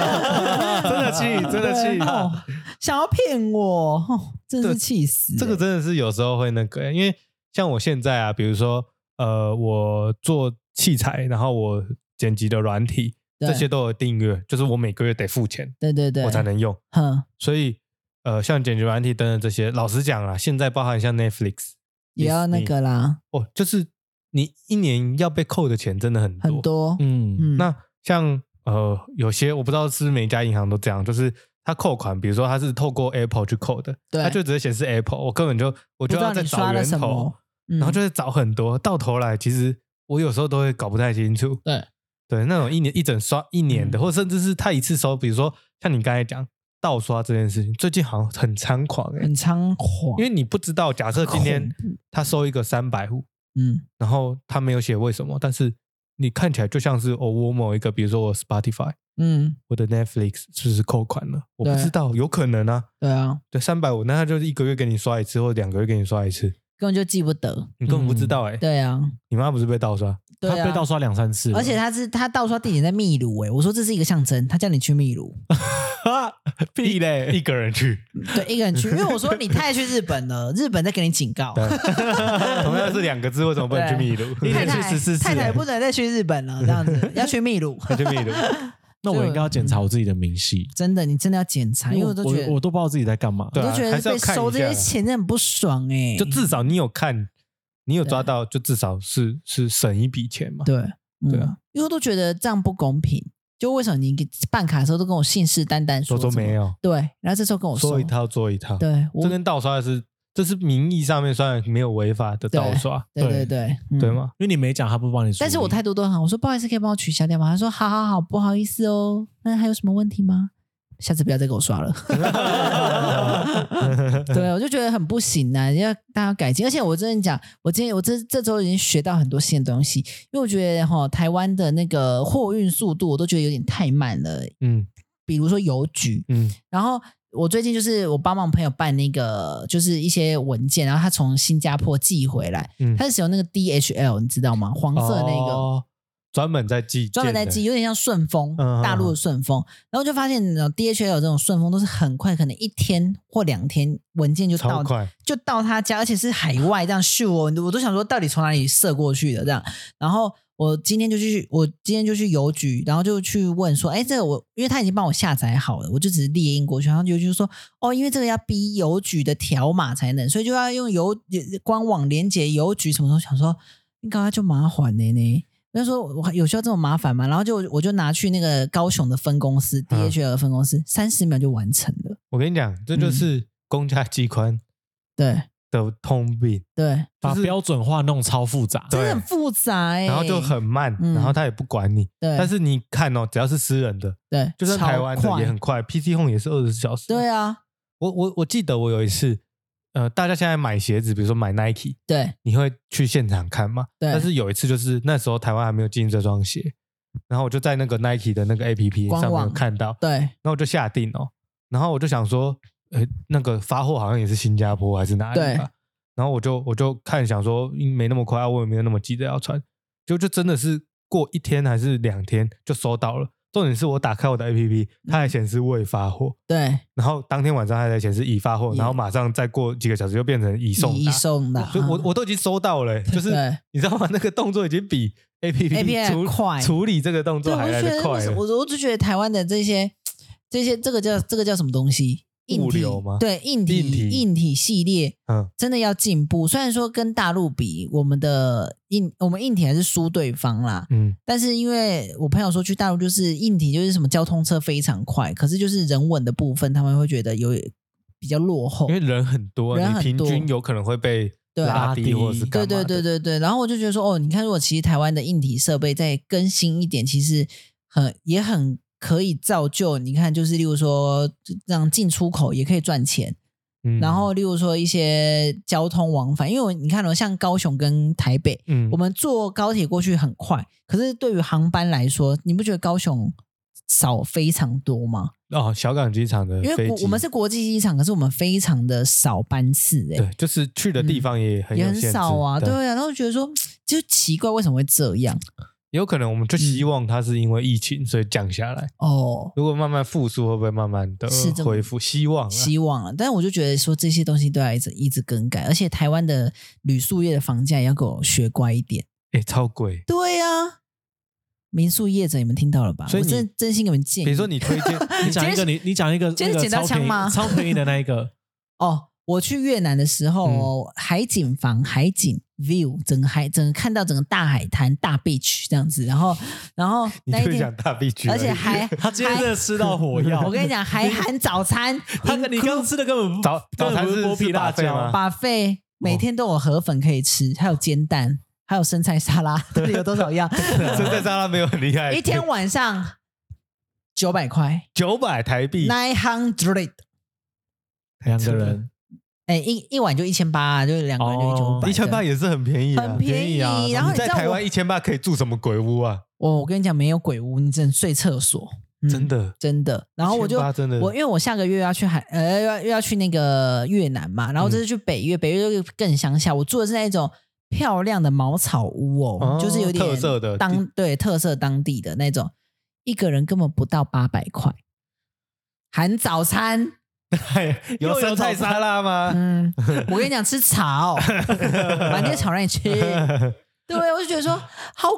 真的气，真的
对
气。
哦想要骗我，哦真是气死！
这个真的是有时候会那个、因为像我现在啊，比如说呃，我做器材，然后我剪辑的软体，
对
这些都有订阅，就是我每个月得付钱，
对对对，
我才能用。
哼，
所以呃，像剪辑软体等等这些，老实讲啦，现在包含像 Netflix
也要那个啦，
哦，就是你一年要被扣的钱真的很多。
很多，
嗯，
嗯，
那像呃，有些我不知道是不是每一家银行都这样，就是。它扣款，比如说它是透过 Apple 去扣的，
对
它就直接显示 Apple，我根本就
不
我就
知
要
道
再
你
找
刷了
源
什
头，
么，嗯
然后就会找很多，到头来其实我有时候都会搞不太清楚。
对
对，那种一年一整刷一年的，
嗯
或甚至是他一次收，比如说像你刚才讲盗刷这件事情，最近好像很猖狂哎、
很猖狂，
因为你不知道，假设今天
恐
他收一个三百户，
嗯
然后他没有写为什么，但是你看起来就像是哦，我某一个，比如说我 Spotify、
嗯，
我的 Netflix 是不是扣款了？我不
对
知道，有可能啊。
对啊，
对，三百五，那他就是一个月给你刷一次，或两个月给你刷一次，
根本就记不得，
你根本不知道哎、
对啊，
你妈不是被盗刷？
对
他
啊，
被盗刷两三次了，
而且他是他盗刷地点在秘鲁，哎，我说这是一个象征，他叫你去秘 鲁，
屁嘞，
一个人 去，
对，一个人去，因为我说你太去日本 了，日本在给你警告，
同样是两个字，为什么不能去秘鲁？
对一
太
年
太
去14次
太太不能再去日本了，这样 子要去秘鲁，
欸去秘鲁，
那我应该要检查我自己的明细，
真的，你真的要检查，嗯因为我都觉得，
我我都不知道自己在干嘛。
我
对啊
都觉得
还是要
被
看一
收这些
下
钱真的很不爽哎、
就至少你有看，你有抓到，就至少是是省一笔钱嘛。
对，嗯
对啊，
因为我都觉得这样不公平。就为什么你给办卡的时候都跟我信誓旦旦
说
说
说
什么
没有，
对，然后这时候跟我
说一套做一套。
对，我
这跟盗刷的是，这是名义上面虽然没有违法的盗刷，
对对
对
对，嗯
对？吗？
因为你没讲，他不帮你处理。
但是我态度都很好，我说不好意思，可以帮我取消掉吗？他说好好好，不好意思哦，那还有什么问题吗？下次不要再给我刷了。 对，我就觉得很不行啊，要大家改进。而且我真的讲，我今天我这这周已经学到很多新的东西，因为我觉得哈，台湾的那个货运速度我都觉得有点太慢了。
嗯
比如说邮局，
嗯
然后我最近就是我帮忙朋友办那个，就是一些文件，然后他从新加坡寄回来，
嗯，
他是使用那个 DHL，你知道吗？黄色那个。
哦专门在寄件的，
专门在寄，有点像顺丰，
嗯嗯嗯
大陆的顺丰。然后就发现你知道 DHL 这种顺丰都是很快，可能一天或两天文件就
超
到
快，
就到他家，而且是海外这样秀哦，我都想说到底从哪里射过去的这样。然后我今天就去，我今天就去邮局，然后就去问说，哎，这个我因为他已经帮我下载好了，我就只是列印过去。然后邮局就说，哦，因为这个要逼邮局的条码才能，所以就要用邮官网连接邮局什么东西。想说，你搞他就麻烦呢呢。那时候我有需要这么麻烦吗？然后就我就拿去那个高雄的分公司
嗯
DHL 的分公司，三十秒就完成了。
我跟你讲，这
嗯
就是公家机关
对
的通病，
对，
把
就是
标准化弄超复杂，
真的很复杂哎、
然后就很慢，
嗯
然后他也不管你。
对，
但是你看哦，只要是私人的，
对，
就算
超
台湾的
快
也很快，PC Home 也是二十四小时。
对，啊，
我我我记得我有一次，呃，大家现在买鞋子，比如说买 Nike，
对
你会去现场看吗？
对
但是有一次就是那时候台湾还没有进这双鞋，然后我就在那个 Nike 的那个 APP
官
上面
网
有看到，
对
然后我就下定哦，然后我就想说，呃，那个发货好像也是新加坡还是哪里
对
吧，然后我就我就看想说嗯没那么快，我也没有那么急着要穿，就就真的是过一天还是两天就收到了。重点是我打开我的 APP，它
嗯
还显示未发货，
对，
然后当天晚上它才显示已发货，
Yeah
然后马上再过几个小时就变成已送达
你送的，
所以我我都已经收到了、就是
对
你知道吗？那个动作已经比 A P
APP
P 处
快
处理这个动
对，
作
我
还
就
来
觉
得
得
快
为什
了
我我就觉得台湾的这些这些这个叫这个叫什么东西？硬
物
体
流吗
对硬体
硬体
系列
嗯，
真的要进步。虽然说跟大陆比，我们的硬我们硬体还是输对方啦，
嗯，
但是因为我朋友说去大陆就是硬体就是什么交通车非常快，可是就是人文的部分他们会觉得有比较落后
因。为人很多，啊
人
你
很
平
多
均有可能会被
对
拉
拉低
低或者是干
对
嘛
对
的
对对对，然后我就觉得说，哦，你看，如果其实台湾的硬体设备再更新一点，其实很也很可以造就，你看，就是例如说让进出口也可以赚钱，
嗯
然后例如说一些交通往返，因为我你看哦，像高雄跟台北，
嗯
我们坐高铁过去很快，可是对于航班来说，你不觉得高雄少非常多吗？
哦，小港机场的
因为
飞
国
机
我们是国际机场，可是我们非常的少班次、欸，
对，就是去的地方也很
也
有
很
限制
少啊，对，啊，然后觉得说，就奇怪为什么会这样
有可能我们就希望它是因为疫情所以降下来，
哦，
如果慢慢复苏，会不会慢慢的
是这么
恢复？希望啊，
希望了，但是我就觉得说这些东西都要一直一直更改，而且台湾的旅宿业的房价也要给我学乖一点。
哎，超贵。
对呀、啊，民宿业者你们听到了吧？
所以
我
你
真的真心给你们建议，
比如说你推 荐，
你讲一个，你你讲一个，
今天
那个
剪刀
超
枪
便宜
吗
超便宜的那 一个，
哦，我去越南的时
嗯
候哦，海景房、海景 view，整个海整个看到整个大海滩、大 beach 这样子，然后然后
你
那一
就
天
讲，大必居，
而且 还
他今天真的吃到火药。
我跟你讲，还含早 餐，
他你刚吃的根本不
早
根本
早
不
餐是
剥皮辣
是 buffet
椒
吗
把费每天都有河粉可以吃，还有煎蛋，还有生菜沙 拉，到底有多少样？
生菜沙拉没有很厉害，
啊一天晚上九百块
九百台币，
，nine hundred，
两个人，
哎，一一碗就一千八，啊就是两个人就九
哦
百，
一千八也是很便宜啊，
很便宜
便宜啊
然后
你
你知
在
道
台
我
湾一千八可以住什么鬼屋啊？
我我跟你讲，没有鬼屋，你只能睡厕所，嗯
真的。
真的。然后我就
1800真的
我因为我下个月要去海呃又要又要去那个越南嘛，然后
嗯
这次去北越，北越又更乡下。我住的是那种漂亮的茅草屋哦，
哦
就是有点
特色的
当对特色当地的那种，一个人根本不到八百块，含早餐。
哎 有生菜沙拉吗？
嗯，我跟你讲，吃 草，满街草让你吃。对，我就觉得说，How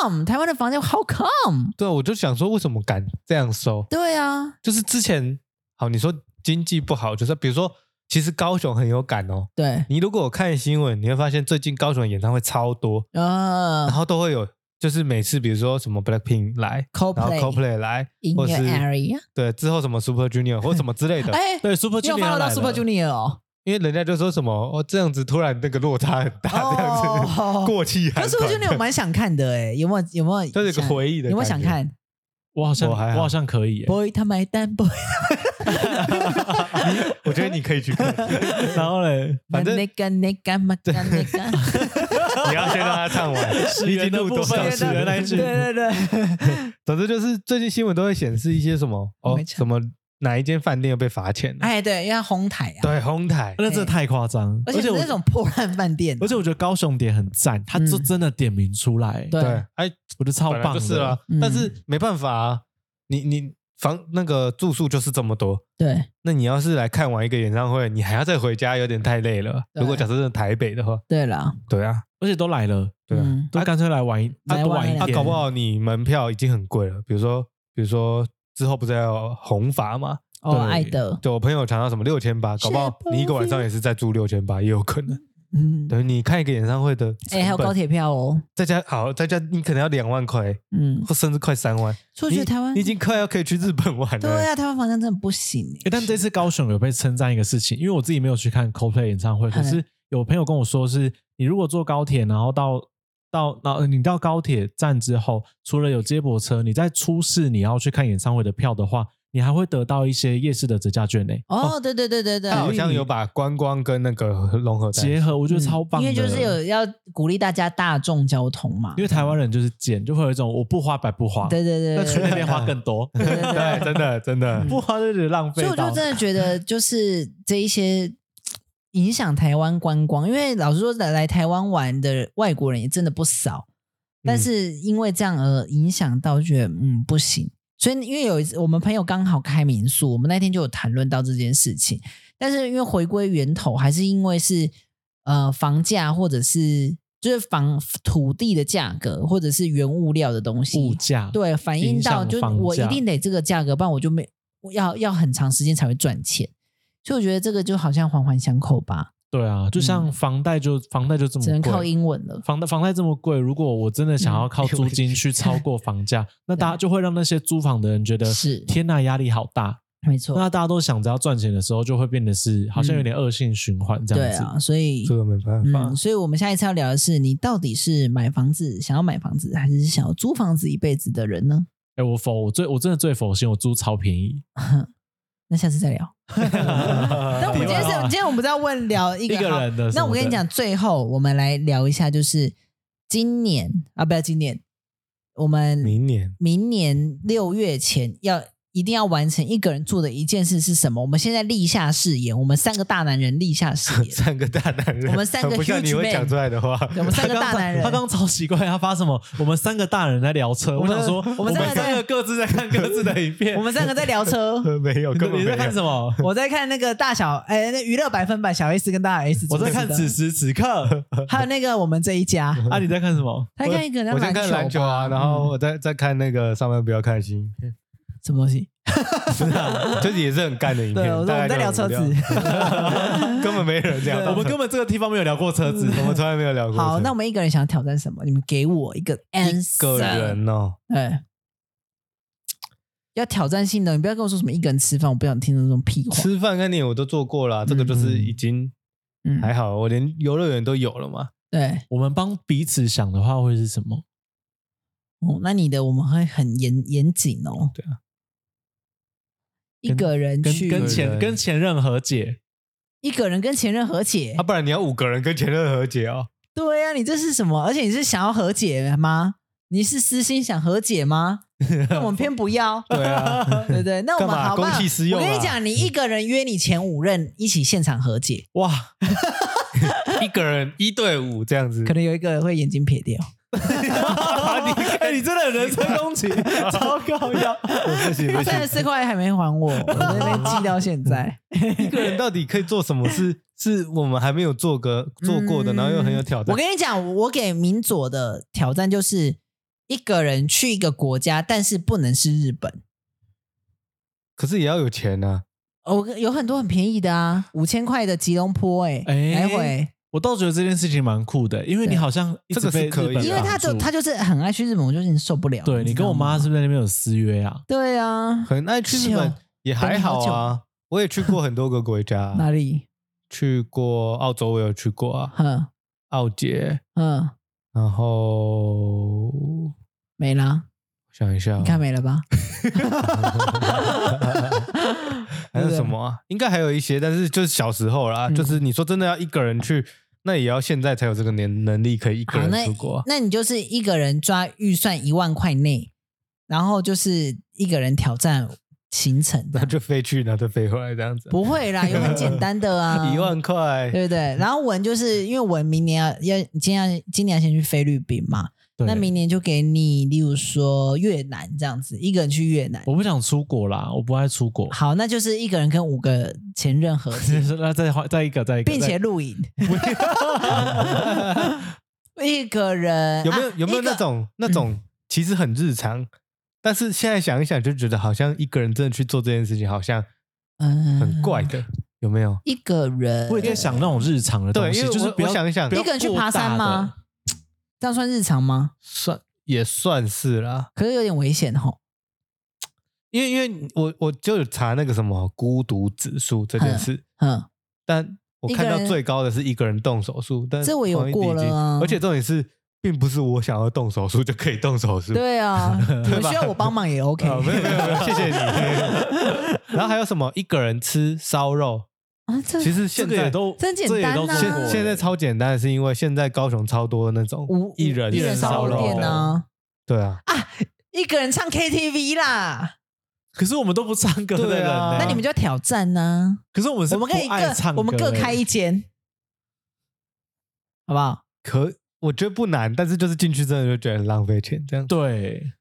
come 台湾的房价 How come？
对，啊我就想说，为什么敢这样收？
对啊，
就是之前好，你说经济不好，就是比如说，其实高雄很有感哦。
对，
你如果有看新闻，你会发现最近高雄的演唱会超多，
呃
然后都会有，就是每次比如说什么 Blackpink 来，然后
，CoPlay
CoPlay 来，
in
或
your
是呃
area，
对之后什么 Super Junior 或什么之类的，
哎，
对 Super
你有
Junior
发
来
到
了
Super Junior 哦？
因为人家就说什么哦这样子突然那个落差很大，这样子
哦
啊过气
可
韩团。
是 Super Junior 我蛮想看的哎，有没有有没有？
就是一个回忆的
有没有想
感觉
看
我好像
我还好
我好像可以耶。
？Boy 他买单 Boy，
我 觉得你可以去看，
然后嘞，
反正
那个那个那个那个，
你要先让他唱完。你已经录多少
对
次
对
了
对
那一
对
句？
对对，
总之就是最近新闻都会显示一些什么哦
没，错
什么哪一间饭店又被罚钱了，
哎对，因为它红台啊，
对，红台
那真的太夸张，
而且
我
那种破烂饭店，啊
而且我觉得高雄点很赞，他就
嗯
真的点名出来，
对
对，哎，
我觉得超
本来
棒
就
的。
是啊
嗯，
但是没办法啊，你你房那个住宿就是这么多。
对
那你要是来看完一个演唱会，你还要再回家，有点太累了。
对
如果假设是台北的话，
对了，
对啊，
而且都来了，
对啊，
嗯
都干脆来玩一，
来
啊多
玩
玩一
两
啊，
天，
搞不好你门票已经很贵了，比如说，比如说之后不是要红发嘛？
哦
对
爱的，
就我朋友讲到什么六千八，搞不好你一个晚上也是在住六千八，也有可能。
嗯，
等于你看一个演唱会的，
哎还有高，铁票哦，
再加好，再加你可能要两万块，
嗯，
或甚至快三万。
所以我
你
觉得台湾
你已经快要可以去日本玩了。欸
对啊，台湾房价真的不行
欸，但这次高雄有被称赞一个事情，因为我自己没有去看 CoPlay 演唱会，可
嗯
是有朋友跟我说是，你如果坐高铁，然后到到然后呃你到高铁站之后，除了有接驳车，你在出示你要去看演唱会的票的话，你还会得到一些夜市的折价券呢、
哦，对对对对对，
他好像有把观光跟那个融合在一
结
起。
合我觉得
嗯
超棒的、
因为就是有要鼓励大家大众交通嘛，
因为台湾人就是贱，就会有一种我不花白不花，
对对对
那
对
去
对，
那边花更多，
对，真的真的
嗯，
不花就觉得浪费
所以
到。
我就真的觉得，就是这一些影响台湾观光，因为老实说，来来台湾玩的外国人也真的不少，但是
嗯
因为这样而影响到，觉得嗯不行。所以因为有一次我们朋友刚好开民宿，我们那天就有谈论到这件事情，但是因为回归源头，还是因为是呃房价或者是。就是房土地的价格，或者是原物料的东西，
物价，
对，反映
影
到
响
就是
房
我一
价
定得这个价格，不然我就没我要要很长时间才会赚钱。所以我觉得这个就好像环环相扣吧，
对啊，就像
嗯
房贷就、房贷就这么
只能靠
贵
英文了。
房贷房贷这么贵，如果我真的
嗯
想要靠租金去超过 房价，那大家就会让那些租房的人觉得
是
天呐，压力好大。
没错，嗯
那大家都想着要赚钱的时候，就会变得是好像有点恶性循环这
对
样子。
啊，所以
这个没办法。
嗯，所以我们下一次要聊的是，你到底是买房子想要买房子，还是想要租房子一辈子的人呢？
哎、我否，我最我真的最否信我租超便宜，
那下次再聊。 但 我们今天是，
对啊
今天我们不是要问聊一个
一个人的
好
什么的
那我跟你讲，最后我们来聊一下，就是今年啊，不要今年，我们
明年
明年六月前要一定要完成一个人做的一件事是什么？我们现在立下誓言，我们三个大男人立下誓 言，
三个大男人，
我们三个
很 不像
huge
你会
man
讲出来的话。
我们三个
他
大
刚
男人
他。刚超奇怪，他发什么？我们三个大人在聊车，我想说，
我
我
们
们
三个在
三个各自在看各自的影片
我。们三个在聊车，
呃没有，
你
根本
你
没
在看
有。
什么？
我在看那个大小，哎、那娱乐百分百小 S 跟大 S，
我在看
主持
此
的，
时此刻。
还有那个我们这一家，
啊，你在看 什么？
他看一个人
我
在
先看篮球啊，
吧嗯
然后我再再看那个上班不要看的 新片，
什么东西？
就是啊也是很干的影片。
对，我说
大
我们
概
在聊车
就
子
很无。聊 根本没人聊。
我们根本这个地方没有聊过车子。
我们从来没有聊过车。
好，那我们一个人想要挑战什么？你们给我一个 answer。
个人哦，
哎，要挑战性的，你不要跟我说什么一个人吃饭，我不想听那种屁话。
吃饭跟你我都做过了，这个就是已经
嗯，
还好，我连游乐园都有了嘛。
对，
我们帮彼此想的话会是什么？
哦，那你的我们会很严严谨哦。
对
啊，一个人
跟
去，
跟
对
前跟前任和解，
一个人跟前任和解
啊，。不然你要五个人跟前任和解 哦。
对呀、啊，你这是什么？而且你是想要和解吗？你是私心想和解吗？那我们偏不要。
对啊，
对不对，那我们
干嘛
好不好
公器私用啊
我跟你讲，你一个人约你前五任一起现场和解，
哇，
一个人一对五这样子
可，能有一个会眼睛撇掉。
哎，你真的人身攻 击，超高要。
不行 不
三
行
十，四块还没还我，我在那边记到现 在。
一个人到底可以做什么事？是我们还没有做个做过的，
嗯
然后又很有挑
我
战。
跟你讲，我给明佐的挑战就是一个人去一个国家，但是不能是日本。
可是也要有钱啊，
哦我有很多很便宜的啊，五千块的吉隆坡、欸，哎、
哎
来回。
我倒觉得这件事情蛮酷的，因为你好像一
这
直被
个是可以
日本
的
因为他就
绑住
他就是很爱去日本，我就是受不了。
啊对你
知
跟
道
我
吗
妈是不是在那边有私约啊？
对啊，
很爱去日本
秀
也还好
等你好
啊。我也去过很多个国家 啊、
哪里？
去过澳洲，我有去过啊，
哼
澳捷，
嗯，
然后我
没
啊
啦，
想一下、
你看没了吧？
还有什么啊？应该还有一些，但是就是小时候啦，
嗯
就是你说真的要一个人去，那也要现在才有这个能能力可以一个
好，那
人出国啊、
那你就是一个人抓预算一万块内，然后就是一个人挑战行程这
那
样，
就飞去，然后再飞回来这样子啊，
不会啦，有很简单的 啊，
一万块，
对不 对？然后文就是因为文明年要要今年要今年要先去菲律宾嘛，
对
那明年就给你，例如说越南这样子，一个人去越
哦
南。
我不想出国啦，我不爱出国。
好，那就是一个人跟五个前任合 体，
那再换再一个再一个，
并且露营，一个人
有没有
啊
有没有
一个
那种那种其实很日常，但是现在想一想就觉得好像一个人真的去做这件事情，好像
嗯
很怪的，有没有？
一个人，
我也在想那种日常的东
对，
西
因，为
就是
我
不
我
要
想一想
不，要
一个人去
过
爬山
大
吗？这样算日常吗？
算也算是啦，
可是有点危险吼。
因为因为我我就有查那个什么孤独指数这件事，
嗯，
但我看
一个
到
人
最高的是一个人动手术，但
这我有
黄一迪已
过了
经
啊
而且重点是，并不是我想要动手术就可以动手术。
对 啊，你们需要我帮忙也 OK。
啊，没有没有没有，谢谢你。 然后还有什么一个人吃烧肉？
啊，这
其实
这
现
个也
在
都
真简
这也
单
都
啊
出国
现现在超简单，是因为现在高雄超多那种
无
一人
一人烧肉店呢，
对啊，
一个人唱 KTV 啦，
可是我们都不唱歌的
对
人
啊
呢，
那你们就要挑战呢。
可是我们是
我们可以
不爱唱
各
歌
我们各开一间，好不好？
可我觉得不难，但是就是进去真的就觉得很浪费钱，这样
对，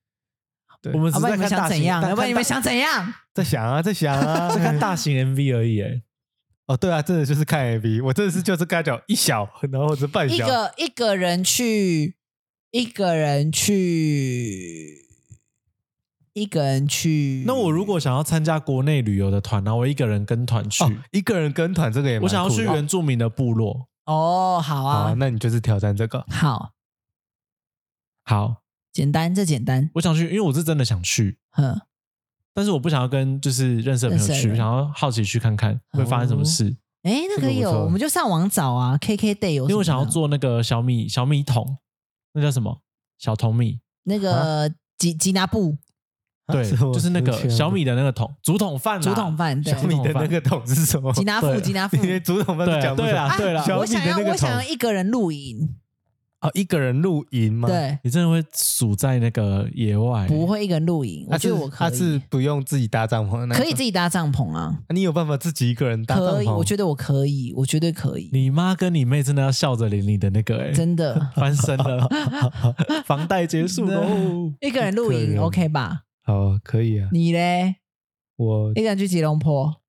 对
我们
要
只
啊不然
是在
你们
看
想
大
怎
型，
样？
但
要不然
看
你们
大
想怎样？
在想啊，在想啊，
在看大型 MV 而已，哎
哦，对啊，真的就是看 AV，我真的是就是跟他讲一小，然后或者半
一
小，哦
个一个人去，一个人去一个人去。
那我如果想要参加国内旅游的团，然后我一个人跟团去，
哦，一个人跟团这个也蛮
嗯我想要
酷
去
的
原住民的部落。
哦，好
好啊
啊，，
那你就是挑战这个。
好，
好，
简单，这简单，
我想去，因为我是真的想去，
嗯，
但是我不想要跟就是认识的朋
认
友
识的
去，
人
我想要好奇去看看会发生什么事，
哎，那
这个
可以
不
有，
错
我们就上网找啊，KK Day 有什么呢，
因为我想要做那个小米小米桶，那叫什么小桶米？
那
啊
个吉吉拿布啊
对，
啊是我
就是那
之前
个
的
小米的那个桶，竹筒饭啦，
竹筒饭，对
嗯小，米的那个桶是什么？
吉拿
对
布，
啊
吉拿布
你。的竹筒饭
对
是
啊
讲不出
对啦
来
啊
对啦
小
我
米
想
的
要，
那个
我想要
桶
一个人露营，
啊，一个人露营吗？，哎
对，
你真的会处在那个野外？
不，会一个人露营，我
他
觉
是
得我可
他是
以，
不用自己搭帐篷的那一种，
可以自己搭帐篷啊，
你有办法自己一个人搭帐篷？哎
可以，我觉得我可以，我绝对可以，
你妈跟你妹真的要笑着淋你的那个哎、，
真的
翻身了，房贷结束喽。
一个人露
一个
营
人
OK 吧？
好，可以啊。
你嘞，
我
一个人去吉隆坡，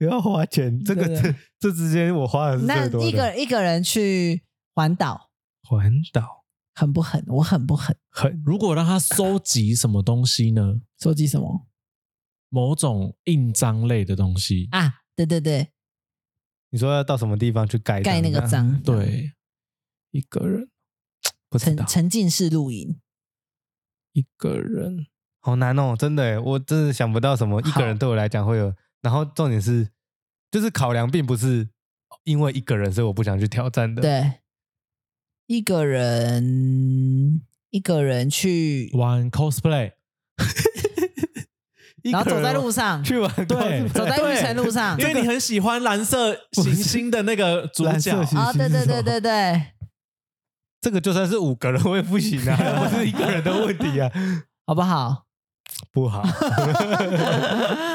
要花钱，这个
对对
这这之间我花的是
那
最多的。
一个一个人去环岛，
环岛
狠不狠？我狠不狠？
很
如果让他收集什么东西呢？
收集什么
某种印章类的东西，
啊？对对对，
你说要到什么地方去盖啊
盖那个
吗？
章，，
对，一个人，
不知
沉
道，
沉浸式露营，
一个人，
好难哦，真的耶，我真的想不到什么一个人对我来讲会有。然后重点是，就是考量并不是因为一个人，所以我不想去挑战的。，
对，一个人一个人去，
玩 cosplay，
然后走在路上，
上 去玩，
对
走在玉成路上
因为你很喜欢蓝色行星的那个主
蓝
角
色，行
啊，对对对对对，
这个就算是五个人我也不行 啊，不是一个人的问题啊，
好不好？
不好。
啊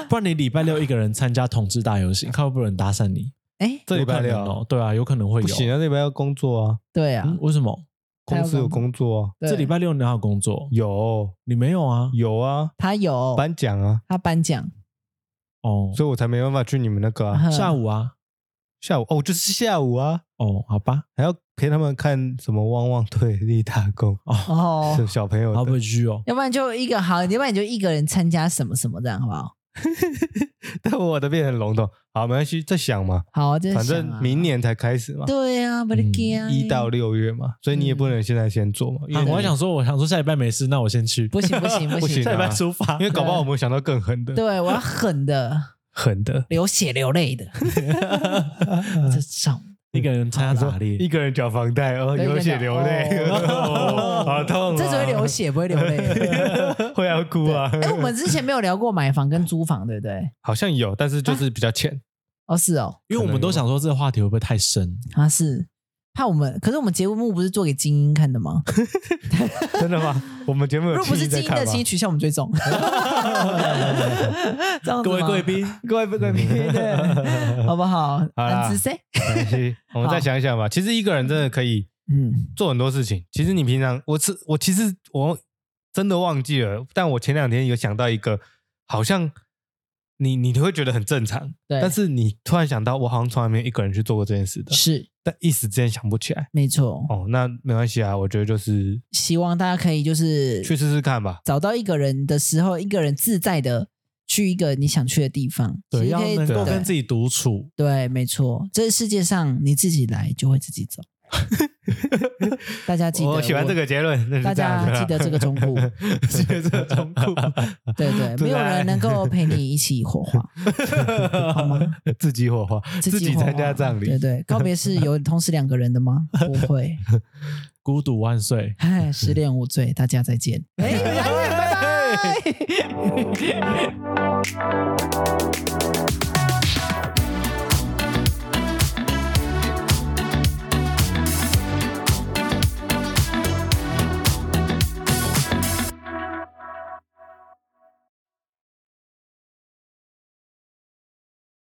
不然你礼拜六一个人参加统治大游行，看会不会有人搭讪你？
哎，
这礼拜六
有可能哦，对啊，有可能会有。
不行啊，这礼拜要工作啊，
对啊
嗯，，为什么？
公司有工作啊，
对
这礼拜六你要工作？
有
你没有啊？
有啊，
他有
颁奖啊，
他颁奖，
哦，
所以我才没办法去你们那个啊。
呵
下午啊？
下午哦，就是下午啊，
哦，好吧，
还要陪他们看什么汪汪队 立大功，
哦，
哦
是，小朋友
好
的
不去哦。
要不然就一个好，要不然你就一个人参加什么什么这样，好不好？
但我的变得很笼统。好，没关系，再想嘛，
好，就是
反
想啊
正明年才开始嘛，
对啊，不得给啊，嗯
一到六月嘛，所以你也不能现在先做嘛，因
啊
为
我还
你
想说，我想说下礼拜没事，那我先去。
不行不 行
不行
行
啊
下礼拜出发
因。为搞不好我们想到更狠的，
对我要狠的，
狠的。
流血流泪 的这种，
一个人参加 打
一
猎，
个人缴房贷，哦，
对
流
一个
血
人
流泪，
哦
哦好痛啊！
这只会流血不会流泪。
会要哭啊！
哎，我们之前没有聊过买房跟租房，对不对？
好像有，但是就是比 较浅。
哦，是哦，
因为我们都想说这个话题会不会太深？
啊是。怕我们，可是我们节目不是做给精英看的 吗？
真的吗？我们节目
如
有
果不
弃
是
医
精
在
英
看
的，
吗
请？你取消我们追踪。 这样子吗
各位贵，宾，
各位各位，
对 好不好？
好啦
蓝子 C，
没关系我们再想一想吧。其实一个人真的可以
嗯，
做很多事情。其实你平常，我是我其实我真的忘记了，但我前两天有想到一个，好像你你会觉得很正常，
对
但是你突然想到，我好像从来没有一个人去做过这件事的，
是
但一时之间想不起来。
没错。
哦，那没关系啊，我觉得就是
希望大家可以就是
去试试看吧。
找到一个人的时候，一个人自在的去一个你想去的地方，
对，
其实
要
可以
能够
对
跟自己独处。
对，没错，这世界上你自己来就会自己 走。大家记得，
我喜欢这个结论，那是
大
这样
家
子啊啦
记得这个忠告
记得这个忠告，
对对，
对啊
没有人能够陪你一起火 化， 好吗？
自己火化，自己
火化
参加葬
对
礼，
对，告别是有同时两个人的吗？不 会，
孤独万岁。
唉，失恋无罪，大家再 见。哎，拜拜。